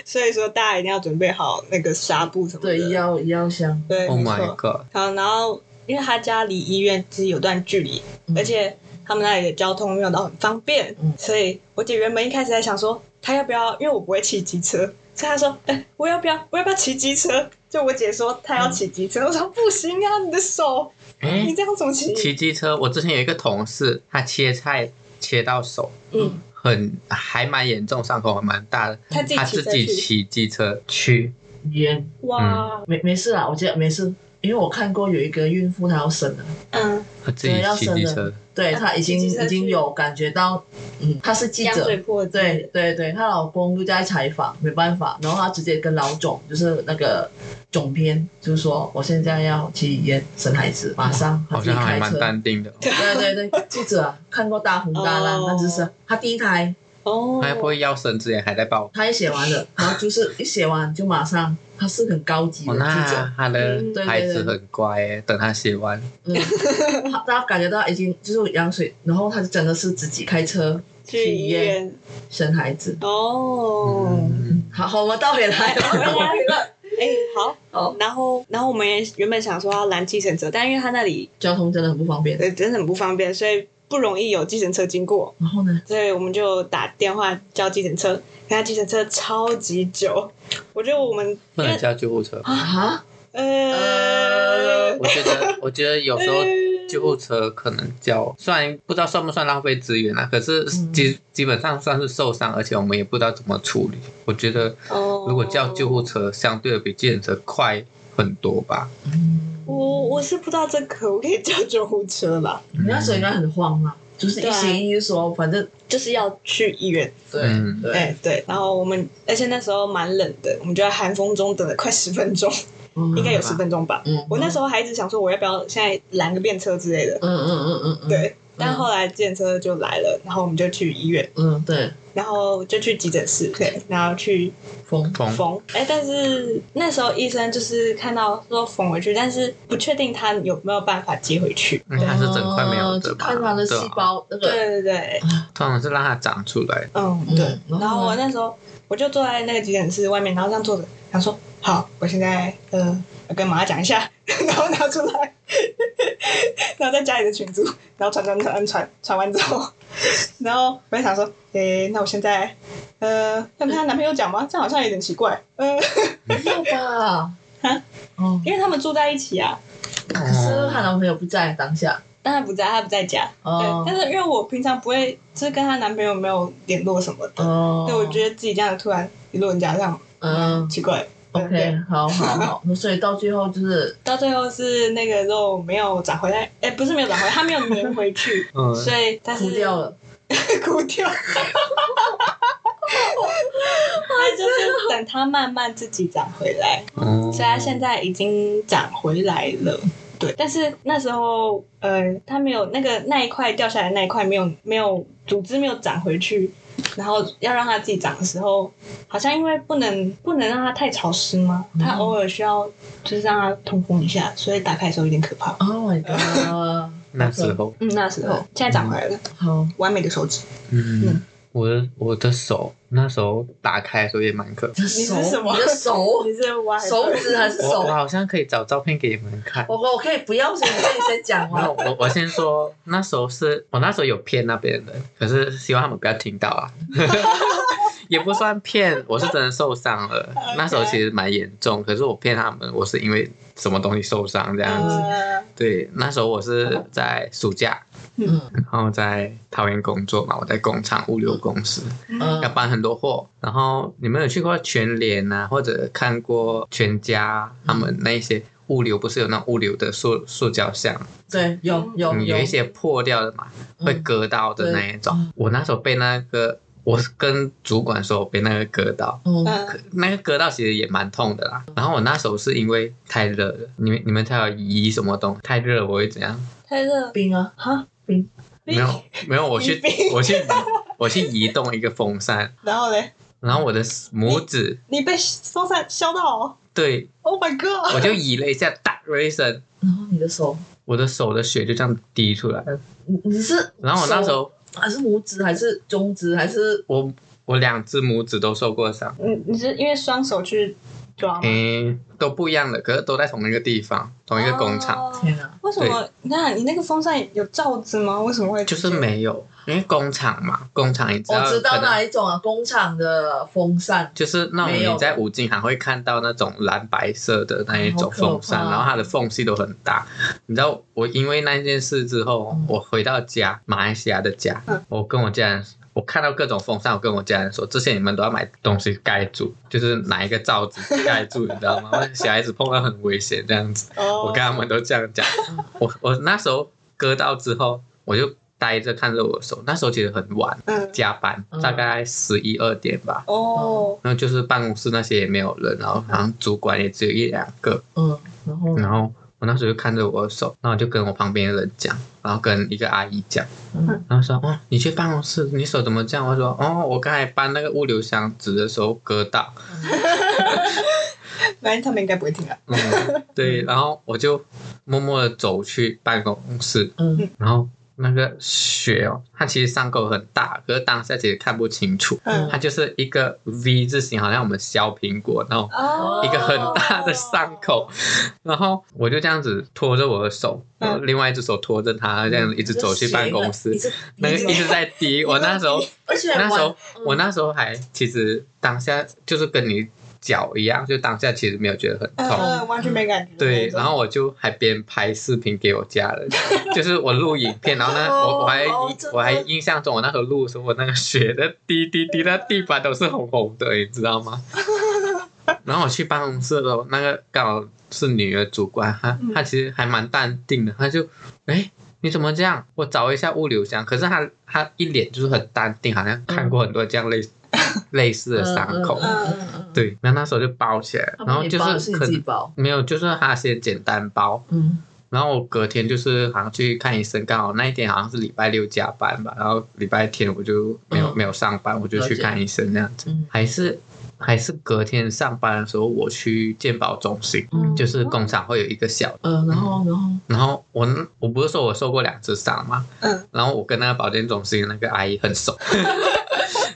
Speaker 4: 所以说大家一定要准备好那个纱布什么的。
Speaker 3: 对，医药医药箱，
Speaker 4: 对
Speaker 1: Oh
Speaker 4: 没
Speaker 1: my
Speaker 4: 错。
Speaker 1: god！
Speaker 4: 好，然后因为他家离医院其实有段距离，
Speaker 3: 嗯
Speaker 4: 而且他们那里的交通没有到很方便，
Speaker 3: 嗯
Speaker 4: 所以我姐原本一开始在想说，她要不要，因为我不会骑机车，所以她说，哎、我要不要，我要不要骑机车？就我姐说她要
Speaker 3: 嗯
Speaker 4: 骑机车，我说不行啊，你的手，
Speaker 1: 哎、
Speaker 4: 你这样怎么骑？
Speaker 1: 骑机车，我之前有一个同事，他切菜切到手，
Speaker 4: 嗯，
Speaker 1: 很还蛮严重，伤口还蛮大的，
Speaker 4: 她自己骑
Speaker 1: 他自
Speaker 4: 车
Speaker 1: 己嗯
Speaker 4: 去
Speaker 1: 骑机车去，
Speaker 3: 医院
Speaker 4: 哇，
Speaker 3: 啊没没事啦，我觉得没事。因为我看过有一个孕妇她要生了，
Speaker 4: 嗯，
Speaker 1: 他自己骑机车，
Speaker 3: 对她已经
Speaker 4: 骑机车去
Speaker 3: 已经有感觉到，嗯，她是记
Speaker 4: 羊
Speaker 3: 者
Speaker 4: 水，破之类
Speaker 3: 对
Speaker 4: 的，
Speaker 3: 对对，她老公就在采访，没办法，然后她直接跟老总，就是那个总编，就是说我现在要去医院生孩子，马上她
Speaker 1: 好
Speaker 3: 自己
Speaker 1: 像还
Speaker 3: 开
Speaker 1: 蛮
Speaker 3: 车。
Speaker 1: 淡定的哦。
Speaker 3: 对对 对，记者啊、看过大红大浪，
Speaker 4: 哦
Speaker 3: 但就是她第一胎，
Speaker 4: 哦，
Speaker 1: 他会不会要生之前还在报？
Speaker 3: 她也写完 了，然后就是一写完就马上，她是很高级的
Speaker 1: 哦，
Speaker 3: 记者
Speaker 1: 那，他的
Speaker 4: 嗯
Speaker 3: 对对
Speaker 1: 孩子很乖耶，等他写完，
Speaker 3: 嗯， 他他感觉到已经就是羊水，然后他就真的是自己开车
Speaker 4: 去医院
Speaker 3: 生孩子。
Speaker 4: 哦。
Speaker 1: 嗯，
Speaker 3: 好，好，我们倒回来了，倒回来 了。
Speaker 4: 哎、好，
Speaker 3: 好，
Speaker 4: 然后，然后我们也原本想说要拦计程车，但因为他那里
Speaker 3: 交通真的很不方便。
Speaker 4: 呃真的很不方便，所以不容易有计程车经过，
Speaker 3: 然后呢，
Speaker 4: 所以我们就打电话叫计程车，可他计程车超级久，我觉得我们
Speaker 1: 不能叫救护车。
Speaker 3: 啊，
Speaker 4: 呃
Speaker 1: 我觉得，我觉得有时候救护车可能叫，虽然不知道算不算浪费资源啊，可是
Speaker 3: 嗯
Speaker 1: 基基本上算是受伤，而且我们也不知道怎么处理。我觉得
Speaker 4: 哦
Speaker 1: 如果叫救护，车，相对的比计程车快很多吧。
Speaker 3: 嗯，
Speaker 4: 我我是不知道这个，我可以叫救护车吧，
Speaker 3: 你那时候应该很慌啊，就是一心一意说，反正
Speaker 4: 就是要去医院，
Speaker 3: 对
Speaker 1: 嗯
Speaker 4: 对、啊
Speaker 3: 对，
Speaker 4: 对，然后我们而且那时候蛮冷的，我们就在寒风中等了快十分钟，应该有十分钟吧。
Speaker 3: 嗯，嗯，
Speaker 4: 我那时
Speaker 3: 候，
Speaker 4: 候还一直想说，我要不要现在拦个便车之类的，
Speaker 3: 嗯嗯嗯嗯嗯，，
Speaker 4: 对。但后来电车就来了，然后我们就去医院，
Speaker 3: 嗯对，
Speaker 4: 然后就去急诊室，对，然后去
Speaker 3: 风
Speaker 1: 风
Speaker 4: 缝。哎，但是那时候医生就是看到说缝回去，但是不确定他有没有办法接回去。
Speaker 1: 因为它是整块没有的
Speaker 3: 哦
Speaker 1: 吧？
Speaker 3: 啊看他的细
Speaker 1: 对啊
Speaker 3: 胞那
Speaker 4: 对
Speaker 3: 个，
Speaker 4: 对对，
Speaker 1: 通常是让它长出来。，
Speaker 4: 嗯，
Speaker 3: 嗯
Speaker 4: 对。
Speaker 3: 然后呢
Speaker 4: 然后我那时候我就坐在那个急诊室外面，然后这样坐着，想说好，我现在呃要跟妈妈讲一下， 然后拿出来，然后在家里的群组，然后传传传传传完之后，然后我就想说，诶、那我现在呃要跟她男朋友讲吗？这样好像有点奇怪，呃，
Speaker 3: 没有吧？
Speaker 4: 啊，
Speaker 3: 哦，
Speaker 4: 因为他们住在一起啊，
Speaker 3: 可是她男朋友不在当下，
Speaker 4: 但她不在，她不在家，
Speaker 3: 哦
Speaker 4: 对，但是因为我平常不会，就是跟她男朋友没有联络什么的，
Speaker 3: 哦，
Speaker 4: 对，我觉得自己这样突然一路人家这样
Speaker 3: 嗯
Speaker 4: 奇怪。对对
Speaker 3: ，OK，好好好，那所以到最后就是
Speaker 4: 到最后是那个肉没有长回来，哎、不是没有长回来，它没有粘回 去
Speaker 1: 嗯，
Speaker 4: 所以但是
Speaker 3: 哭掉，了。
Speaker 4: 哭掉。 那就是等它慢慢自己长回来，
Speaker 1: 哦
Speaker 4: 所以它现在已经长回来了。对，但是那时候，呃，它没有那个那一块掉下来的那一块没有没有组织没有长回去，然后要让它自己长的时候，好像因为不能不能让它太潮湿嘛，它
Speaker 3: 嗯
Speaker 4: 偶尔需要就是让它通风一下，所以打开的时候有点可怕。
Speaker 3: Oh my god！
Speaker 1: 那时候，
Speaker 4: 嗯，那时候现在长回来了，
Speaker 3: 好，
Speaker 4: 完美的手指。
Speaker 1: 嗯
Speaker 4: 嗯，
Speaker 1: 我的我的手那时候打开的时候也蛮可，
Speaker 3: 你的手，
Speaker 4: 你是什么
Speaker 3: 你的手，
Speaker 4: 你是歪
Speaker 3: 手指还是
Speaker 1: 我我
Speaker 3: 手？
Speaker 1: 好像可以找照片给你们看。
Speaker 3: 我我可以不要先，你可以先讲
Speaker 1: 那
Speaker 3: 吗？
Speaker 1: 我我先说，那时候是我那时候有骗那边人，可是希望他们不要听到啊。 也不算骗，我是真的受伤了。那时候其实蛮严重，可是我骗他们，我是因为什么东西受伤这样子。
Speaker 4: 呃，
Speaker 1: 对，那时候我是在暑假，
Speaker 3: 嗯
Speaker 1: 然后在桃园工作嘛，我在工厂物流公司，要
Speaker 3: 嗯
Speaker 1: 搬很多货。然后你们有去过全联啊，或者看过全家他们那一些物流，不是有那种物流的塑塑胶箱，
Speaker 3: 对，有有
Speaker 1: 嗯有一些破掉的嘛，
Speaker 3: 嗯
Speaker 1: 会割到的那一种
Speaker 3: 嗯。
Speaker 1: 我那时候被那个，我是跟主管说我被那个割到。
Speaker 3: 嗯
Speaker 4: 嗯
Speaker 1: 那个割到其实也蛮痛的啦，然后我那时候是因为太热了，你们你们才有移什么东西，太热我会怎样？
Speaker 4: 太热
Speaker 3: 冰啊，
Speaker 4: 哈，
Speaker 3: 冰
Speaker 1: 没有没有，我
Speaker 4: 你
Speaker 1: 去
Speaker 4: 被
Speaker 1: 我去移我去移动一个风扇，
Speaker 4: 然后嘞，
Speaker 1: 然后我的拇指
Speaker 4: 你被风扇削到哦
Speaker 1: 对
Speaker 4: ，Oh my god！
Speaker 1: 我就移了一下，哒了一声，
Speaker 3: 然后你的手，
Speaker 1: 我的手的血就这样滴出来了。
Speaker 3: 你你是
Speaker 1: 然后我那时候，
Speaker 3: 还是拇指还是中指还是
Speaker 1: 我我两只拇指都受过伤，
Speaker 4: 你你是因为双手去抓吗？
Speaker 1: 诶、都不一样的，可是都在同一个地方，同一个工厂，
Speaker 4: 哦
Speaker 3: 天啊？
Speaker 4: 为什么？那你那个风扇有罩子吗？为什么会
Speaker 1: 就是没有，因为工厂嘛，工厂你知道，
Speaker 3: 我知
Speaker 1: 可
Speaker 3: 道
Speaker 1: 能
Speaker 3: 哪一种啊，工厂的风扇，
Speaker 1: 就是那
Speaker 3: 没
Speaker 1: 种
Speaker 3: 有
Speaker 1: 你在五金行会看到那种蓝白色的那一种风扇，
Speaker 3: 哎好可怕
Speaker 1: 然后它的缝隙都很大。你知道我因为那件事之后，
Speaker 3: 嗯
Speaker 1: 我回到家，马来西亚的家，我跟我家人我看到各种风扇，我跟我家人说，这些你们都要买东西盖住，就是拿一个罩子盖住，你知道吗？ 我小孩子碰到很危险这样子，
Speaker 4: 哦，
Speaker 1: 我跟他们都这样讲。
Speaker 3: 嗯
Speaker 1: 我我那时候割到之后，我就呆着看着我的手，那时候其实很晚，
Speaker 4: 嗯，
Speaker 1: 加班
Speaker 3: 嗯
Speaker 1: 大概十一二点吧。
Speaker 4: 哦，
Speaker 1: 然后就是办公室那些也没有人，然后好像主管也只有一两个，
Speaker 3: 嗯，然后
Speaker 1: 然后我那时候就看着我的手，然后我就跟我旁边的人讲，然后跟一个阿姨讲，
Speaker 3: 嗯
Speaker 1: 然后说：“哦，你去办公室，你手怎么这样？”我说：“哦，我刚才搬那个物流箱子的时候割到。
Speaker 4: 反正他们应该不会听啊。”
Speaker 1: 嗯，对。然后我就默默的走去办公室，
Speaker 3: 嗯
Speaker 1: 然后那个血哦，它其实伤口很大，可是当下其实看不清楚，
Speaker 4: 嗯，
Speaker 1: 它就是一个 V 字形，好像我们削苹果那种
Speaker 4: 哦
Speaker 1: 一个很大的伤口，然后我就这样子拖着我的手，
Speaker 4: 嗯
Speaker 1: 然后另外一只手拖着他，这样一直走去办公室
Speaker 3: 你，是
Speaker 1: 那个一直在滴。我那时候，
Speaker 3: 而且
Speaker 1: 那时候
Speaker 3: 嗯
Speaker 1: 我那时候还其实当下就是跟你脚一样，就当下其实没有觉得很
Speaker 4: 嗯
Speaker 1: 痛。
Speaker 4: 嗯，完全没感觉。
Speaker 1: 对，然后我就还边拍视频给我家 人，就是我录影片，然后呢，
Speaker 3: 哦
Speaker 1: 我我还
Speaker 3: 哦真的
Speaker 1: 我还印象中我那时候录的时候，我那个血的滴滴滴到地板都是红红的，你知道 吗？然后我去办公室的时候，那个刚好是女儿主管，她
Speaker 4: 嗯
Speaker 1: 她其实还蛮淡定的，她就哎。你怎么这样？我找一下物流箱，可是她她一脸就是很淡定，好像看过很多这样类似、类似的伤口。
Speaker 3: 嗯嗯嗯嗯，
Speaker 1: 对，然后那时候就包起来，
Speaker 3: 他
Speaker 1: 然后
Speaker 3: 帮你
Speaker 1: 就
Speaker 3: 包
Speaker 1: 是
Speaker 3: 你
Speaker 1: 可
Speaker 3: 自己
Speaker 1: 能
Speaker 3: 包，
Speaker 1: 没有，就是他先简单包，
Speaker 3: 嗯
Speaker 1: 然后我隔天就是好像去看医生，刚好那一天好像是礼拜六加班吧，然后礼拜天我就没有、
Speaker 3: 嗯
Speaker 1: 没有上班，我就去看医生那样子，
Speaker 3: 嗯
Speaker 1: 还是还是隔天上班的时候我去健保中心，
Speaker 3: 嗯
Speaker 1: 就是工厂会有一个小，
Speaker 3: 嗯，然后然后
Speaker 1: 然后我我不是说我受过两次伤吗？
Speaker 4: 嗯，
Speaker 1: 然后我跟那个保健中心那个阿姨很熟，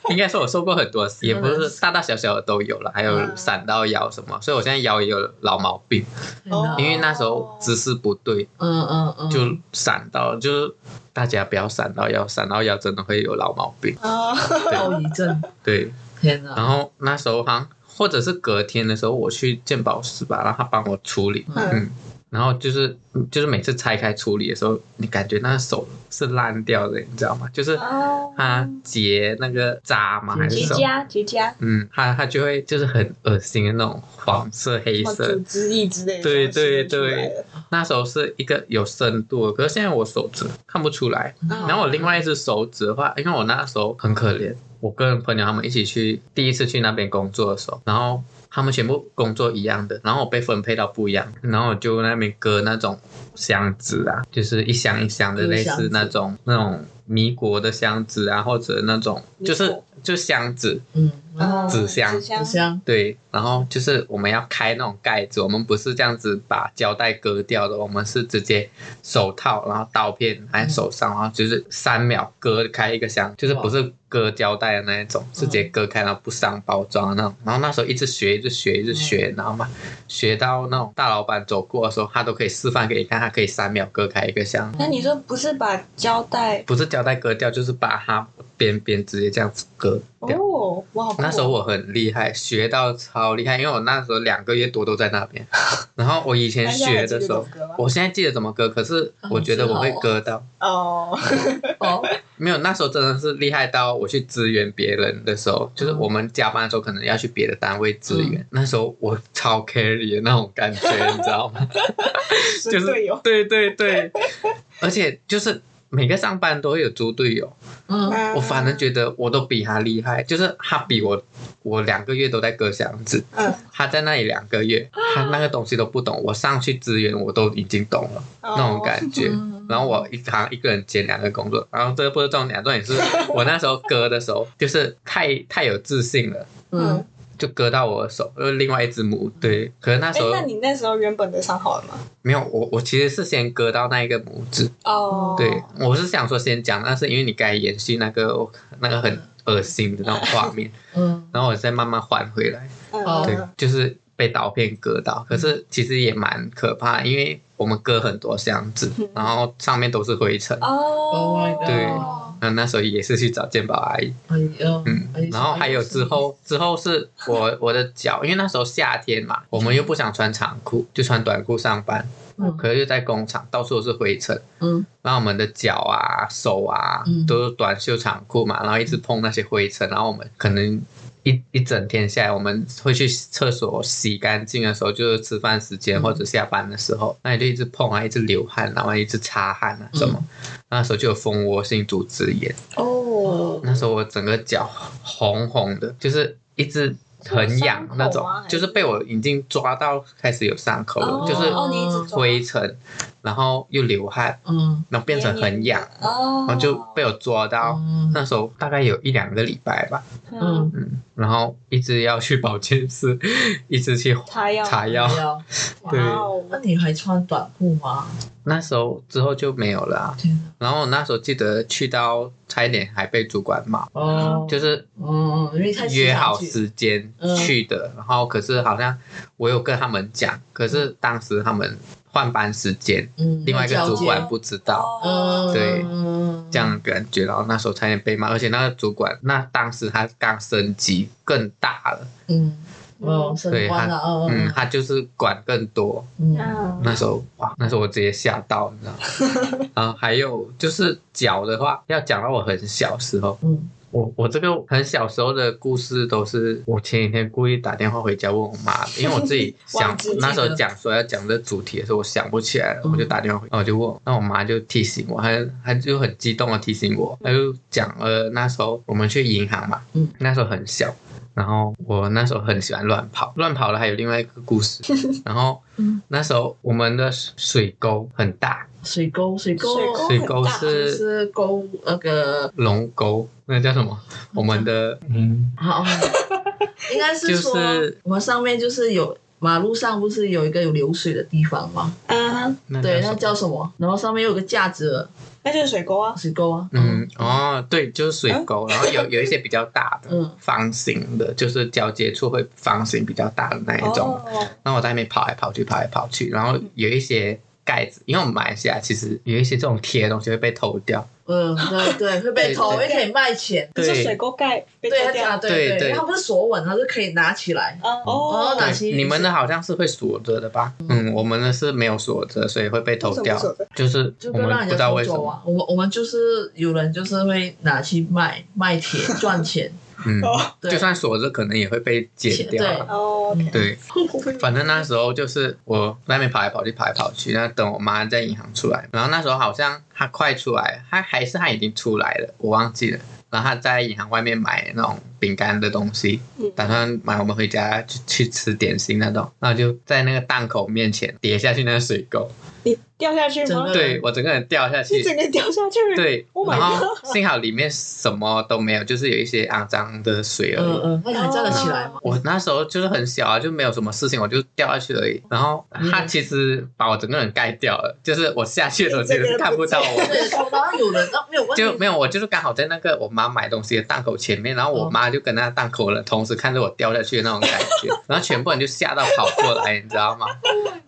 Speaker 1: 应该说我受过很多，也不是大大小小的都有了，还有
Speaker 4: 嗯
Speaker 1: 闪到腰什么，所以我现在腰也有老毛病，
Speaker 4: 哦
Speaker 1: 因为那时候姿势不对
Speaker 3: 嗯嗯嗯，
Speaker 1: 就闪到，就是大家不要闪到腰，闪到腰真的会有老毛病。
Speaker 4: 啊，
Speaker 3: 后遗症，
Speaker 1: 对，
Speaker 3: 天
Speaker 4: 嗯
Speaker 3: 哪，
Speaker 1: 然后那时候好像或者是隔天的时候我去鉴宝师吧，然后他帮我处理，
Speaker 4: 嗯
Speaker 1: 嗯。然后就是就是每次拆开处理的时候，你感觉那个手是烂掉的，你知道吗？就是它
Speaker 4: 啊，
Speaker 1: 结那个渣
Speaker 4: 嗯
Speaker 1: 吗？还是
Speaker 2: 结
Speaker 1: 什么？
Speaker 2: 痂，结痂，
Speaker 1: 嗯，它它就会就是很恶心的那种黄色、黑
Speaker 4: 什么
Speaker 1: 色
Speaker 4: 组。织液之类的，
Speaker 1: 对对
Speaker 4: 出来
Speaker 1: 对
Speaker 4: 了，
Speaker 1: 那时候是一个有深度的，可是现在我手指看不出来。
Speaker 4: 嗯
Speaker 1: 然后我另外一只手指的话，因为我那时候很可怜，我跟朋友他们一起去第一次去那边工作的时候，然后他们全部工作一样的，然后我被分配到不一样，然后我就那边割那种箱子啊，就是一箱一箱的，
Speaker 3: 割
Speaker 1: 类
Speaker 3: 箱
Speaker 1: 似
Speaker 3: 子
Speaker 1: 那种那种米果的箱子啊，或者那种
Speaker 4: 米
Speaker 1: 就是
Speaker 4: 果
Speaker 1: 就箱子，
Speaker 3: 嗯，哦然后
Speaker 4: 嗯
Speaker 1: 纸箱
Speaker 4: 纸箱
Speaker 3: 纸，箱，
Speaker 1: 对，然后就是我们要开那种盖子，我们不是这样子把胶带割掉的，我们是直接手套，然后刀片还手上，然后就是三秒割开一个箱，就是不是割胶带的那一种，是直接割开然后不伤包装的那种。然后那时候一直学，一直学，一直学，然后嘛，学到那种大老板走过的时候，他都可以示范给你看，他可以三秒割开一个箱，
Speaker 4: 那你说不是把胶带？
Speaker 1: 不是胶带割掉，就是把它边边直接这样子割掉。
Speaker 4: 哦，哇，好酷哦
Speaker 1: 那时候我很厉害，学到超厉害，因为我那时候两个月多都在那 边。然后我以前学的时候
Speaker 4: 那现在还记得怎么割吗，
Speaker 1: 我现在记得怎么割，可是我觉得我会割到。
Speaker 4: 哦，
Speaker 3: 哦，
Speaker 1: 没有，那时候真的是厉害到我去支援别人的时候，
Speaker 4: 嗯
Speaker 1: 就是我们加班的时候可能要去别的单位支援，那时候我超 carry 的那种感觉，你知道 吗？就
Speaker 4: 就是队友，
Speaker 1: 对对 对，而且就是每个上班都会有猪队友，
Speaker 3: 嗯
Speaker 4: 啊
Speaker 1: 我反正
Speaker 4: 得，
Speaker 1: 觉得我都比他厉害，就是他比我，我两个月都在割箱子，
Speaker 4: 嗯，
Speaker 1: 他在那里两个月，他那个东西都不懂，我上去支援我都已经懂了、
Speaker 4: 哦
Speaker 1: 那种感觉。
Speaker 3: 嗯
Speaker 1: 然后我一行一个人兼两个工作，然后这不是重点，重点是我那时候割的时 候就是太太有自信了，
Speaker 3: 嗯，
Speaker 1: 就割到我的手，就是另外一只母对，可是那
Speaker 4: 哎
Speaker 1: 时候，
Speaker 4: 那你那时候原本的伤好了吗？
Speaker 1: 没有我，我其实是先割到那一个拇指，
Speaker 4: 哦，
Speaker 1: 对，我是想说先讲，但是因为你该延续那个那个很恶心的那种画 面，
Speaker 3: 嗯
Speaker 1: 然后我再慢慢缓回来。
Speaker 3: 哦
Speaker 1: 对
Speaker 4: 嗯，，
Speaker 1: 就是被刀片割到，可是其实也蛮可怕，因为我们割很多箱子
Speaker 4: 嗯，
Speaker 1: 然后上面都是灰尘。
Speaker 3: Oh my
Speaker 4: 哦，
Speaker 3: god
Speaker 1: 对那那时候也是去找鉴宝阿姨，
Speaker 3: 哎呦，
Speaker 1: 嗯
Speaker 3: 哎，
Speaker 1: 然后还有之，后，之后是我我的脚，因为那时候夏天嘛，我们又不想穿长裤，就穿短裤上班，
Speaker 3: 嗯
Speaker 1: 可是就在工厂到处都是灰尘，
Speaker 3: 嗯
Speaker 1: 然后我们的脚啊、手啊，
Speaker 3: 嗯
Speaker 1: 都是短袖长裤嘛，然后一
Speaker 2: 嗯
Speaker 1: 直碰那些灰尘，然后我们可能一一整天下来，我们会去厕所洗干净的时候，就是吃饭时间
Speaker 3: 嗯
Speaker 1: 或者下班的时候，那你就一直碰啊，一直流汗，然后一直擦汗啊什么，
Speaker 2: 嗯
Speaker 1: 那时候就有蜂窝性组织炎，
Speaker 2: 哦，
Speaker 1: 那时候我整个脚红红的，就是一直。很痒那
Speaker 2: 是有伤
Speaker 1: 种
Speaker 2: 口啊吗还，是
Speaker 1: 就是被我已经抓到开始有伤口了，
Speaker 2: 哦
Speaker 1: 就是
Speaker 2: 哦，你一直抓
Speaker 1: 灰尘，然后又流汗，
Speaker 3: 嗯，
Speaker 1: 然后变成很痒，
Speaker 2: 哦，
Speaker 1: 然后就被我抓到。
Speaker 3: 嗯
Speaker 1: 那时候大概有一两个礼拜吧，
Speaker 2: 嗯，
Speaker 1: 嗯，然后一直要去保健室， 一直去
Speaker 2: 擦药
Speaker 1: 擦药。
Speaker 3: 没有。
Speaker 1: 对
Speaker 4: 哇哦
Speaker 3: 那你还穿短裤吗？
Speaker 1: 那时候之后就没有了啊、
Speaker 3: 天哪！
Speaker 1: 然后我那时候记得去到差一点还被主管骂，
Speaker 3: 哦，
Speaker 1: 就是
Speaker 3: 嗯，因为太
Speaker 1: 约好
Speaker 3: 是
Speaker 1: 时间
Speaker 3: 嗯
Speaker 1: 去的，然后可是好像我有跟他们讲，可是当时他们换班时间，
Speaker 3: 嗯，
Speaker 1: 另外一个主
Speaker 3: 了
Speaker 1: 管
Speaker 3: 解
Speaker 1: 不知道。
Speaker 2: 哦
Speaker 3: 嗯，
Speaker 1: 对
Speaker 3: 嗯
Speaker 1: 这样感觉，然后那时候差点被骂，而且那个主管，那当时他刚升级更大了，
Speaker 3: 嗯，哦，升
Speaker 1: 对
Speaker 3: 官了，哦，
Speaker 1: 嗯，他就是管更多。
Speaker 3: 嗯嗯
Speaker 2: 嗯，
Speaker 1: 那时候哇，那时候我直接吓到，你知道吗？然后还有就是脚的话，要讲到我很小时候，
Speaker 3: 嗯
Speaker 1: 我我这个很小时候的故事都是我前几天故意打电话回家问我妈，因为我自 己想
Speaker 4: 忘记
Speaker 1: 那时候讲说要讲这主题的时候，我想不起来了，
Speaker 3: 嗯
Speaker 1: 我就打电话回，然后我就问，那我妈就提醒我，她她就很激动的提醒我，她就讲呃那时候我们去银行嘛，
Speaker 3: 嗯
Speaker 1: 那时候很小，然后我那时候很喜欢乱跑，乱跑了还有另外一个故 事，然后
Speaker 3: 嗯，
Speaker 1: 那时候我们的水沟很大，
Speaker 3: 水沟，水沟，
Speaker 1: 水
Speaker 4: 水沟很
Speaker 1: 沟
Speaker 4: 大
Speaker 1: 是
Speaker 3: 是沟那个，
Speaker 1: 龙沟，那叫什么？我们的嗯。
Speaker 3: 好， 应该
Speaker 1: 就
Speaker 3: 是说
Speaker 1: 是
Speaker 3: 我们上面就是有马路上不是有一个有流水的地方吗？
Speaker 4: 嗯，
Speaker 1: 那
Speaker 3: 对，
Speaker 1: 什
Speaker 3: 那
Speaker 1: 么
Speaker 3: 叫什么？然后上面有个架子，
Speaker 4: 那就是水沟啊。
Speaker 3: 水沟啊，
Speaker 1: 嗯，哦，对，就是水
Speaker 4: 嗯
Speaker 1: 沟，然后有有一些比较大的，
Speaker 3: 嗯
Speaker 1: 方形的，就是交接处会方形比较大的那一种。
Speaker 4: 哦，嗯
Speaker 1: 那、我在那边跑来跑去，跑来跑去，然后有一些盖子，因为我们马来西亚其实有一些这种铁的东西会被偷掉，
Speaker 3: 嗯，对对，会被偷，
Speaker 1: 对
Speaker 3: 也可以卖钱，
Speaker 4: 可是水沟盖被
Speaker 3: 对，
Speaker 4: 脱
Speaker 3: 它
Speaker 4: 掉。
Speaker 3: 啊，
Speaker 1: 对
Speaker 3: 对
Speaker 1: 对
Speaker 3: 对，它不是锁稳，它是可以拿起来，
Speaker 4: 嗯
Speaker 3: 哦
Speaker 4: 哦，
Speaker 3: 哪些
Speaker 1: 对，你们的好像是会锁着的吧？嗯，我们的是没有锁着，所以会被偷掉
Speaker 4: 为什么不锁着，
Speaker 1: 就是
Speaker 3: 就
Speaker 1: 我
Speaker 3: 不
Speaker 1: 们
Speaker 3: 让人
Speaker 1: 不
Speaker 3: 家
Speaker 1: 知道
Speaker 3: 偷
Speaker 1: 为什
Speaker 3: 走
Speaker 1: 么，
Speaker 3: 啊。我们我们就是有人就是会拿去卖卖铁赚钱，
Speaker 1: 嗯，
Speaker 4: 哦
Speaker 3: 对
Speaker 1: 就算锁着可能也会被剪掉啊。
Speaker 4: 哦，
Speaker 3: 嗯
Speaker 1: 对，反正那时候就是我在那边跑来跑去，跑来跑去，那等我妈在银行出来，然后那时候好像她快出来，她还是她已经出来了，我忘记了。然后她在银行外面买那种饼干的东西，
Speaker 4: 嗯
Speaker 1: 打算买我们回家去去吃点心那种，然后就在那个档口面前跌下去那个水沟，
Speaker 4: 你掉下去
Speaker 3: 整
Speaker 4: 吗
Speaker 3: 个？
Speaker 1: 对我整个人掉下
Speaker 4: 你
Speaker 1: 去，
Speaker 4: 整个掉下去。，
Speaker 1: 对
Speaker 4: 嗯 Oh，my
Speaker 1: 然后幸好里面什么都没有，就是有一些肮脏的水而已。
Speaker 3: 嗯嗯，那你还站得起来
Speaker 4: 哦
Speaker 3: 吗？
Speaker 1: 我那时候就是很小啊，就没有什么事情，我就掉下去而已。然后他其实把我整个人盖掉了，就是我下去的时候其实是看不到我，
Speaker 3: 对，然后有人那没有问题，
Speaker 1: 就没有我就是刚好在那个我妈买东西的档口前面，然后我妈就跟那档口的同时看着我掉下去的那种感觉，然后全部人就吓到跑过来，你知道吗？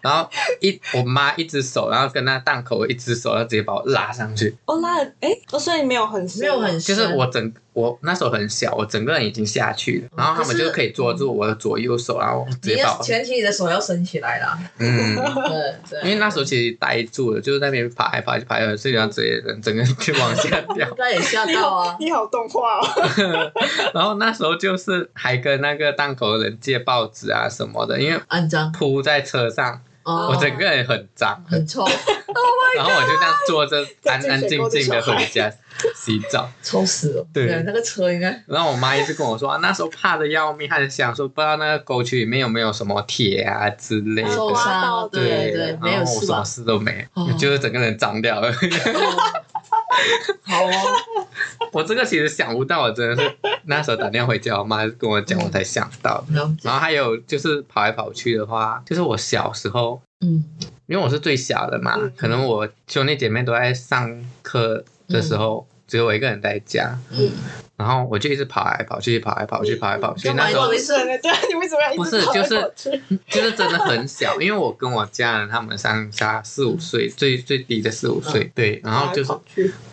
Speaker 1: 然后一我妈一只手，然后跟那档口一只手，然后直接把我拉上去，
Speaker 4: 哦，拉了，哎，哦，所以没有很深
Speaker 3: 没有很
Speaker 1: 就
Speaker 3: 深
Speaker 1: 是我整我那时候很小，我整个人已经下去了，然后他们就可以捉住我的左右手，然后直
Speaker 3: 你
Speaker 1: 接把
Speaker 3: 要
Speaker 1: 我
Speaker 3: 前提你的手要伸起 来啦，
Speaker 1: 嗯。
Speaker 3: 对 对，
Speaker 1: 因为那时候其实呆住了，就是在那边爬来爬去，爬来爬去，然后直接人整个就往下
Speaker 3: 应
Speaker 1: 掉。
Speaker 3: 该也吓 到啊，
Speaker 4: 你好动画哦。
Speaker 1: 然后那时候就是还跟那个档口的人借报纸啊什么的，因为
Speaker 3: 肮脏，
Speaker 1: 铺在车上，
Speaker 3: 哦 Oh
Speaker 1: 我整个人很脏，
Speaker 3: 很臭，
Speaker 1: 然后我就这样坐着安
Speaker 4: 在
Speaker 1: 安
Speaker 4: 进
Speaker 1: 静
Speaker 4: 水沟的
Speaker 1: 静的
Speaker 4: 小
Speaker 1: 回
Speaker 4: 孩
Speaker 1: 家洗澡。
Speaker 3: 臭死了，
Speaker 1: 对
Speaker 3: 那个车应该
Speaker 1: 然后我妈一直跟我说，啊那时候怕的要命，她很想说不知道那个沟渠里面有没有什么铁啊之类
Speaker 4: 哎
Speaker 3: 受
Speaker 1: 的。
Speaker 4: 哇
Speaker 3: 伤了，哦对
Speaker 1: 对，
Speaker 3: 没有
Speaker 1: 然后我
Speaker 3: 事
Speaker 1: 什么
Speaker 3: 吧？
Speaker 1: 事都没，
Speaker 3: 哦
Speaker 1: 就是整个人脏掉了。
Speaker 3: 好哦，
Speaker 1: 我这个其实想不到，我真的是那时候打电话回家，我妈跟我讲，我才想到。
Speaker 4: 嗯
Speaker 3: 了解
Speaker 1: 然，后还有就是跑来跑去的话，就是我小时候，
Speaker 3: 嗯
Speaker 1: 因为我是最小的嘛
Speaker 4: 嗯，嗯
Speaker 1: 可能我兄弟姐妹都在上课的时候，只有我一个人在家，
Speaker 3: 嗯，
Speaker 1: 然后我就一直跑来跑去，跑来跑去，跑来跑去。
Speaker 4: 嗯
Speaker 3: 干嘛
Speaker 1: 那时候
Speaker 3: 你
Speaker 4: 不是的，对啊，你为什么要一直
Speaker 1: 不是
Speaker 4: 跑来
Speaker 1: 就是
Speaker 4: 跑去
Speaker 1: 就是真的很小，因为我跟我家人他们上下四五岁，最最低的四五岁，对，然后就是
Speaker 4: 嗯跑来跑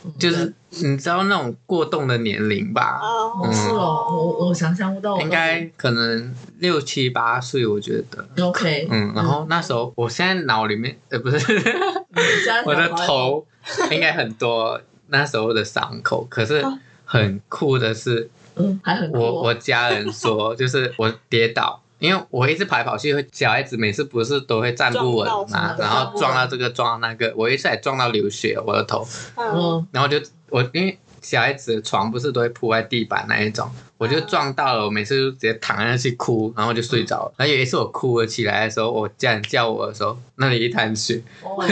Speaker 4: 嗯去
Speaker 1: 就是嗯你知道那种过动的年龄吧，
Speaker 4: 哦
Speaker 3: 哦是哦，我我想象不到，
Speaker 1: 应该可能六七八岁，我觉得。
Speaker 3: OK，
Speaker 1: 嗯，然后那时候，我现在脑里面，呃，不是， 我的头应该很多那时候的伤口。可是
Speaker 4: 啊
Speaker 1: 很酷的是，
Speaker 3: 嗯还很
Speaker 1: 我我家人说，就是我跌倒，因为我一直跑来跑去，会小孩子每次不是都会站不稳
Speaker 4: 撞到什么
Speaker 1: 嘛，
Speaker 4: 的
Speaker 1: 然后撞到这个撞到那个，我一次还撞到流血，我的头，
Speaker 4: 嗯，
Speaker 3: 嗯
Speaker 1: 然后就我因为小孩子的床不是都会铺在地板那一种，我
Speaker 4: 啊
Speaker 1: 就撞到了，我每次就直接躺在那去哭，然后就睡着了。
Speaker 4: 嗯
Speaker 1: 然后有一次我哭了起来的时候，我家人叫我的时候，那里一滩血。
Speaker 3: 哦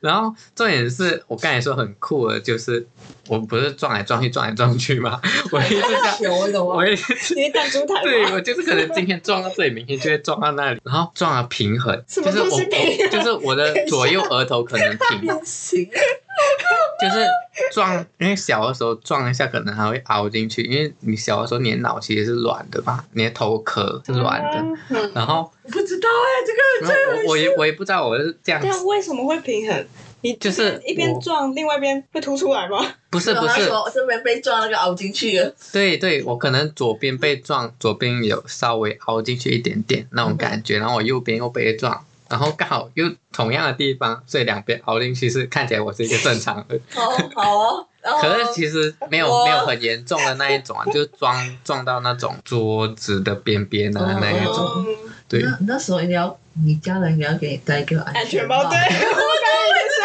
Speaker 1: 然后重点是我刚才说很酷的，就是我不是撞来撞去撞来撞去吗？我一直这 样，
Speaker 3: 有 一种
Speaker 1: 我一直
Speaker 4: 你是弹珠台
Speaker 1: 对
Speaker 4: 吗？
Speaker 1: 我就是可能今天撞到这里，明天就会撞到那里，然后撞了平衡，
Speaker 4: 什
Speaker 1: 就
Speaker 4: 么
Speaker 1: 是
Speaker 4: 东
Speaker 1: 我
Speaker 4: 西平衡
Speaker 1: 就是我的左右额头可能平，
Speaker 3: 变形，
Speaker 1: 就是撞，因为小的时候撞一下可能还会凹进去，因为你小的时候你的脑其实是软的嘛，你的头壳是软的，
Speaker 4: 嗯，
Speaker 1: 然后
Speaker 3: 我不知道哎，这个
Speaker 1: 然后我我也我也不知道我是这样，
Speaker 4: 但为什么会平衡？你
Speaker 1: 就是
Speaker 4: 一边
Speaker 1: 我
Speaker 4: 撞，另外一边会凸出来吗？
Speaker 1: 不是不是，
Speaker 3: 我这边被撞那个凹进去了，
Speaker 1: 对对，我可能左边被撞，左边有稍微凹进去一点点那种感觉，然后我右边又被撞，然后刚好又同样的地方，所以两边凹进去是看起来我是一个正常的，
Speaker 3: 哦好哦， 然后
Speaker 1: 可是其实没有
Speaker 3: 我
Speaker 1: 没有很严重的那一种啊，就是撞撞到那种桌子的边边啊那一种，
Speaker 3: 哦
Speaker 4: 嗯，
Speaker 1: 对。
Speaker 3: 那那时候你要你家人也要给你戴一个
Speaker 4: 安全
Speaker 3: 帽，
Speaker 4: 帽对， 我刚刚也是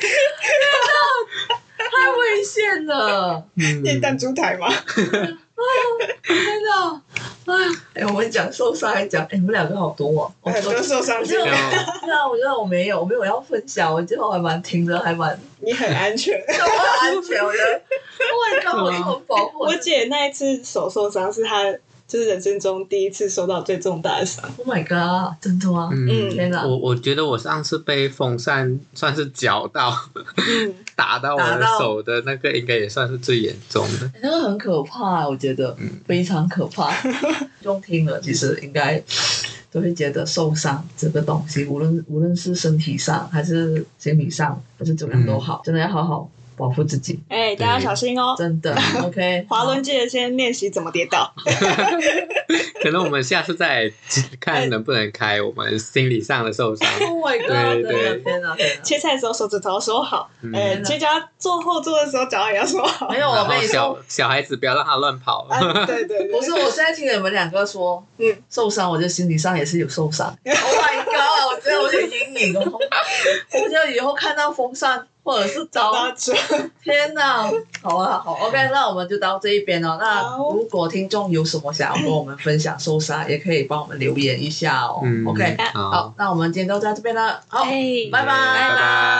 Speaker 3: 太危险了。
Speaker 1: 嗯
Speaker 4: 你是弹珠台吗？
Speaker 3: 真的， 哎，哎，我们讲受伤还讲，哎，你们两个好哎懂我，我
Speaker 4: 很多受伤
Speaker 3: 觉
Speaker 4: 经
Speaker 3: 得
Speaker 4: 验，
Speaker 3: 我，对啊，我觉得我没有，我没有要分享，我觉得我还蛮听着，还蛮
Speaker 4: 你很安全。
Speaker 3: 我很安全，我觉得，我靠，我很保护
Speaker 4: 我姐那一次手受伤是她就是人生中第一次受到最重大的伤，
Speaker 3: ，Oh my god，真的吗？
Speaker 1: 嗯
Speaker 3: 天哪
Speaker 1: 我我觉得我上次被风扇算是搅到，
Speaker 4: 嗯，
Speaker 1: 打到我
Speaker 3: 打
Speaker 1: 的
Speaker 3: 到
Speaker 1: 手的那个，应该也算是最严重的。
Speaker 3: 那个很可怕，我觉得
Speaker 1: 嗯
Speaker 3: 非常 可怕。用听了，其实应该都会觉得受伤这个东西，无论无论是身体上还是心理上，还是怎么样都
Speaker 1: 嗯
Speaker 3: 好，真的要好好保护自己，
Speaker 4: 哎，大家小心哦。
Speaker 3: 真的。OK，
Speaker 4: 滑轮记得先练习怎么跌倒。
Speaker 1: 可能我们下次再
Speaker 3: 哎
Speaker 1: 看能不能开我们心理上的受伤。
Speaker 3: Oh my
Speaker 1: 对
Speaker 3: god！
Speaker 1: 对
Speaker 3: 天哪，天
Speaker 4: 切菜的时候手指头要收好，
Speaker 1: 嗯
Speaker 4: 呃、
Speaker 3: 嗯
Speaker 4: 切椒做后座的时候脚也要收好
Speaker 3: 哪！。没有，我
Speaker 1: 然
Speaker 3: 跟
Speaker 1: 后
Speaker 3: 你
Speaker 1: 小
Speaker 3: 说，哎
Speaker 1: 小孩子不要让他乱跑。
Speaker 4: 啊，对对对
Speaker 3: 不，是，我现在听你们两个说，
Speaker 4: 嗯，
Speaker 3: 受伤，我觉得心理上也是有受 伤。Oh my god！我觉得我有阴影哦，我觉得以后看到风扇或者是
Speaker 4: 找
Speaker 3: 刀
Speaker 4: 到车，
Speaker 3: 天呐，好啊，好，OK，那我们就到这一边哦。那
Speaker 4: 嗯好
Speaker 3: 如果听众有什么想要跟我们分享受伤，也可以帮我们留言一下哦。
Speaker 1: 嗯
Speaker 3: OK，
Speaker 1: 好
Speaker 3: 好，那我们今天就到这边了，好，
Speaker 4: 哎
Speaker 3: 拜拜
Speaker 1: 拜拜。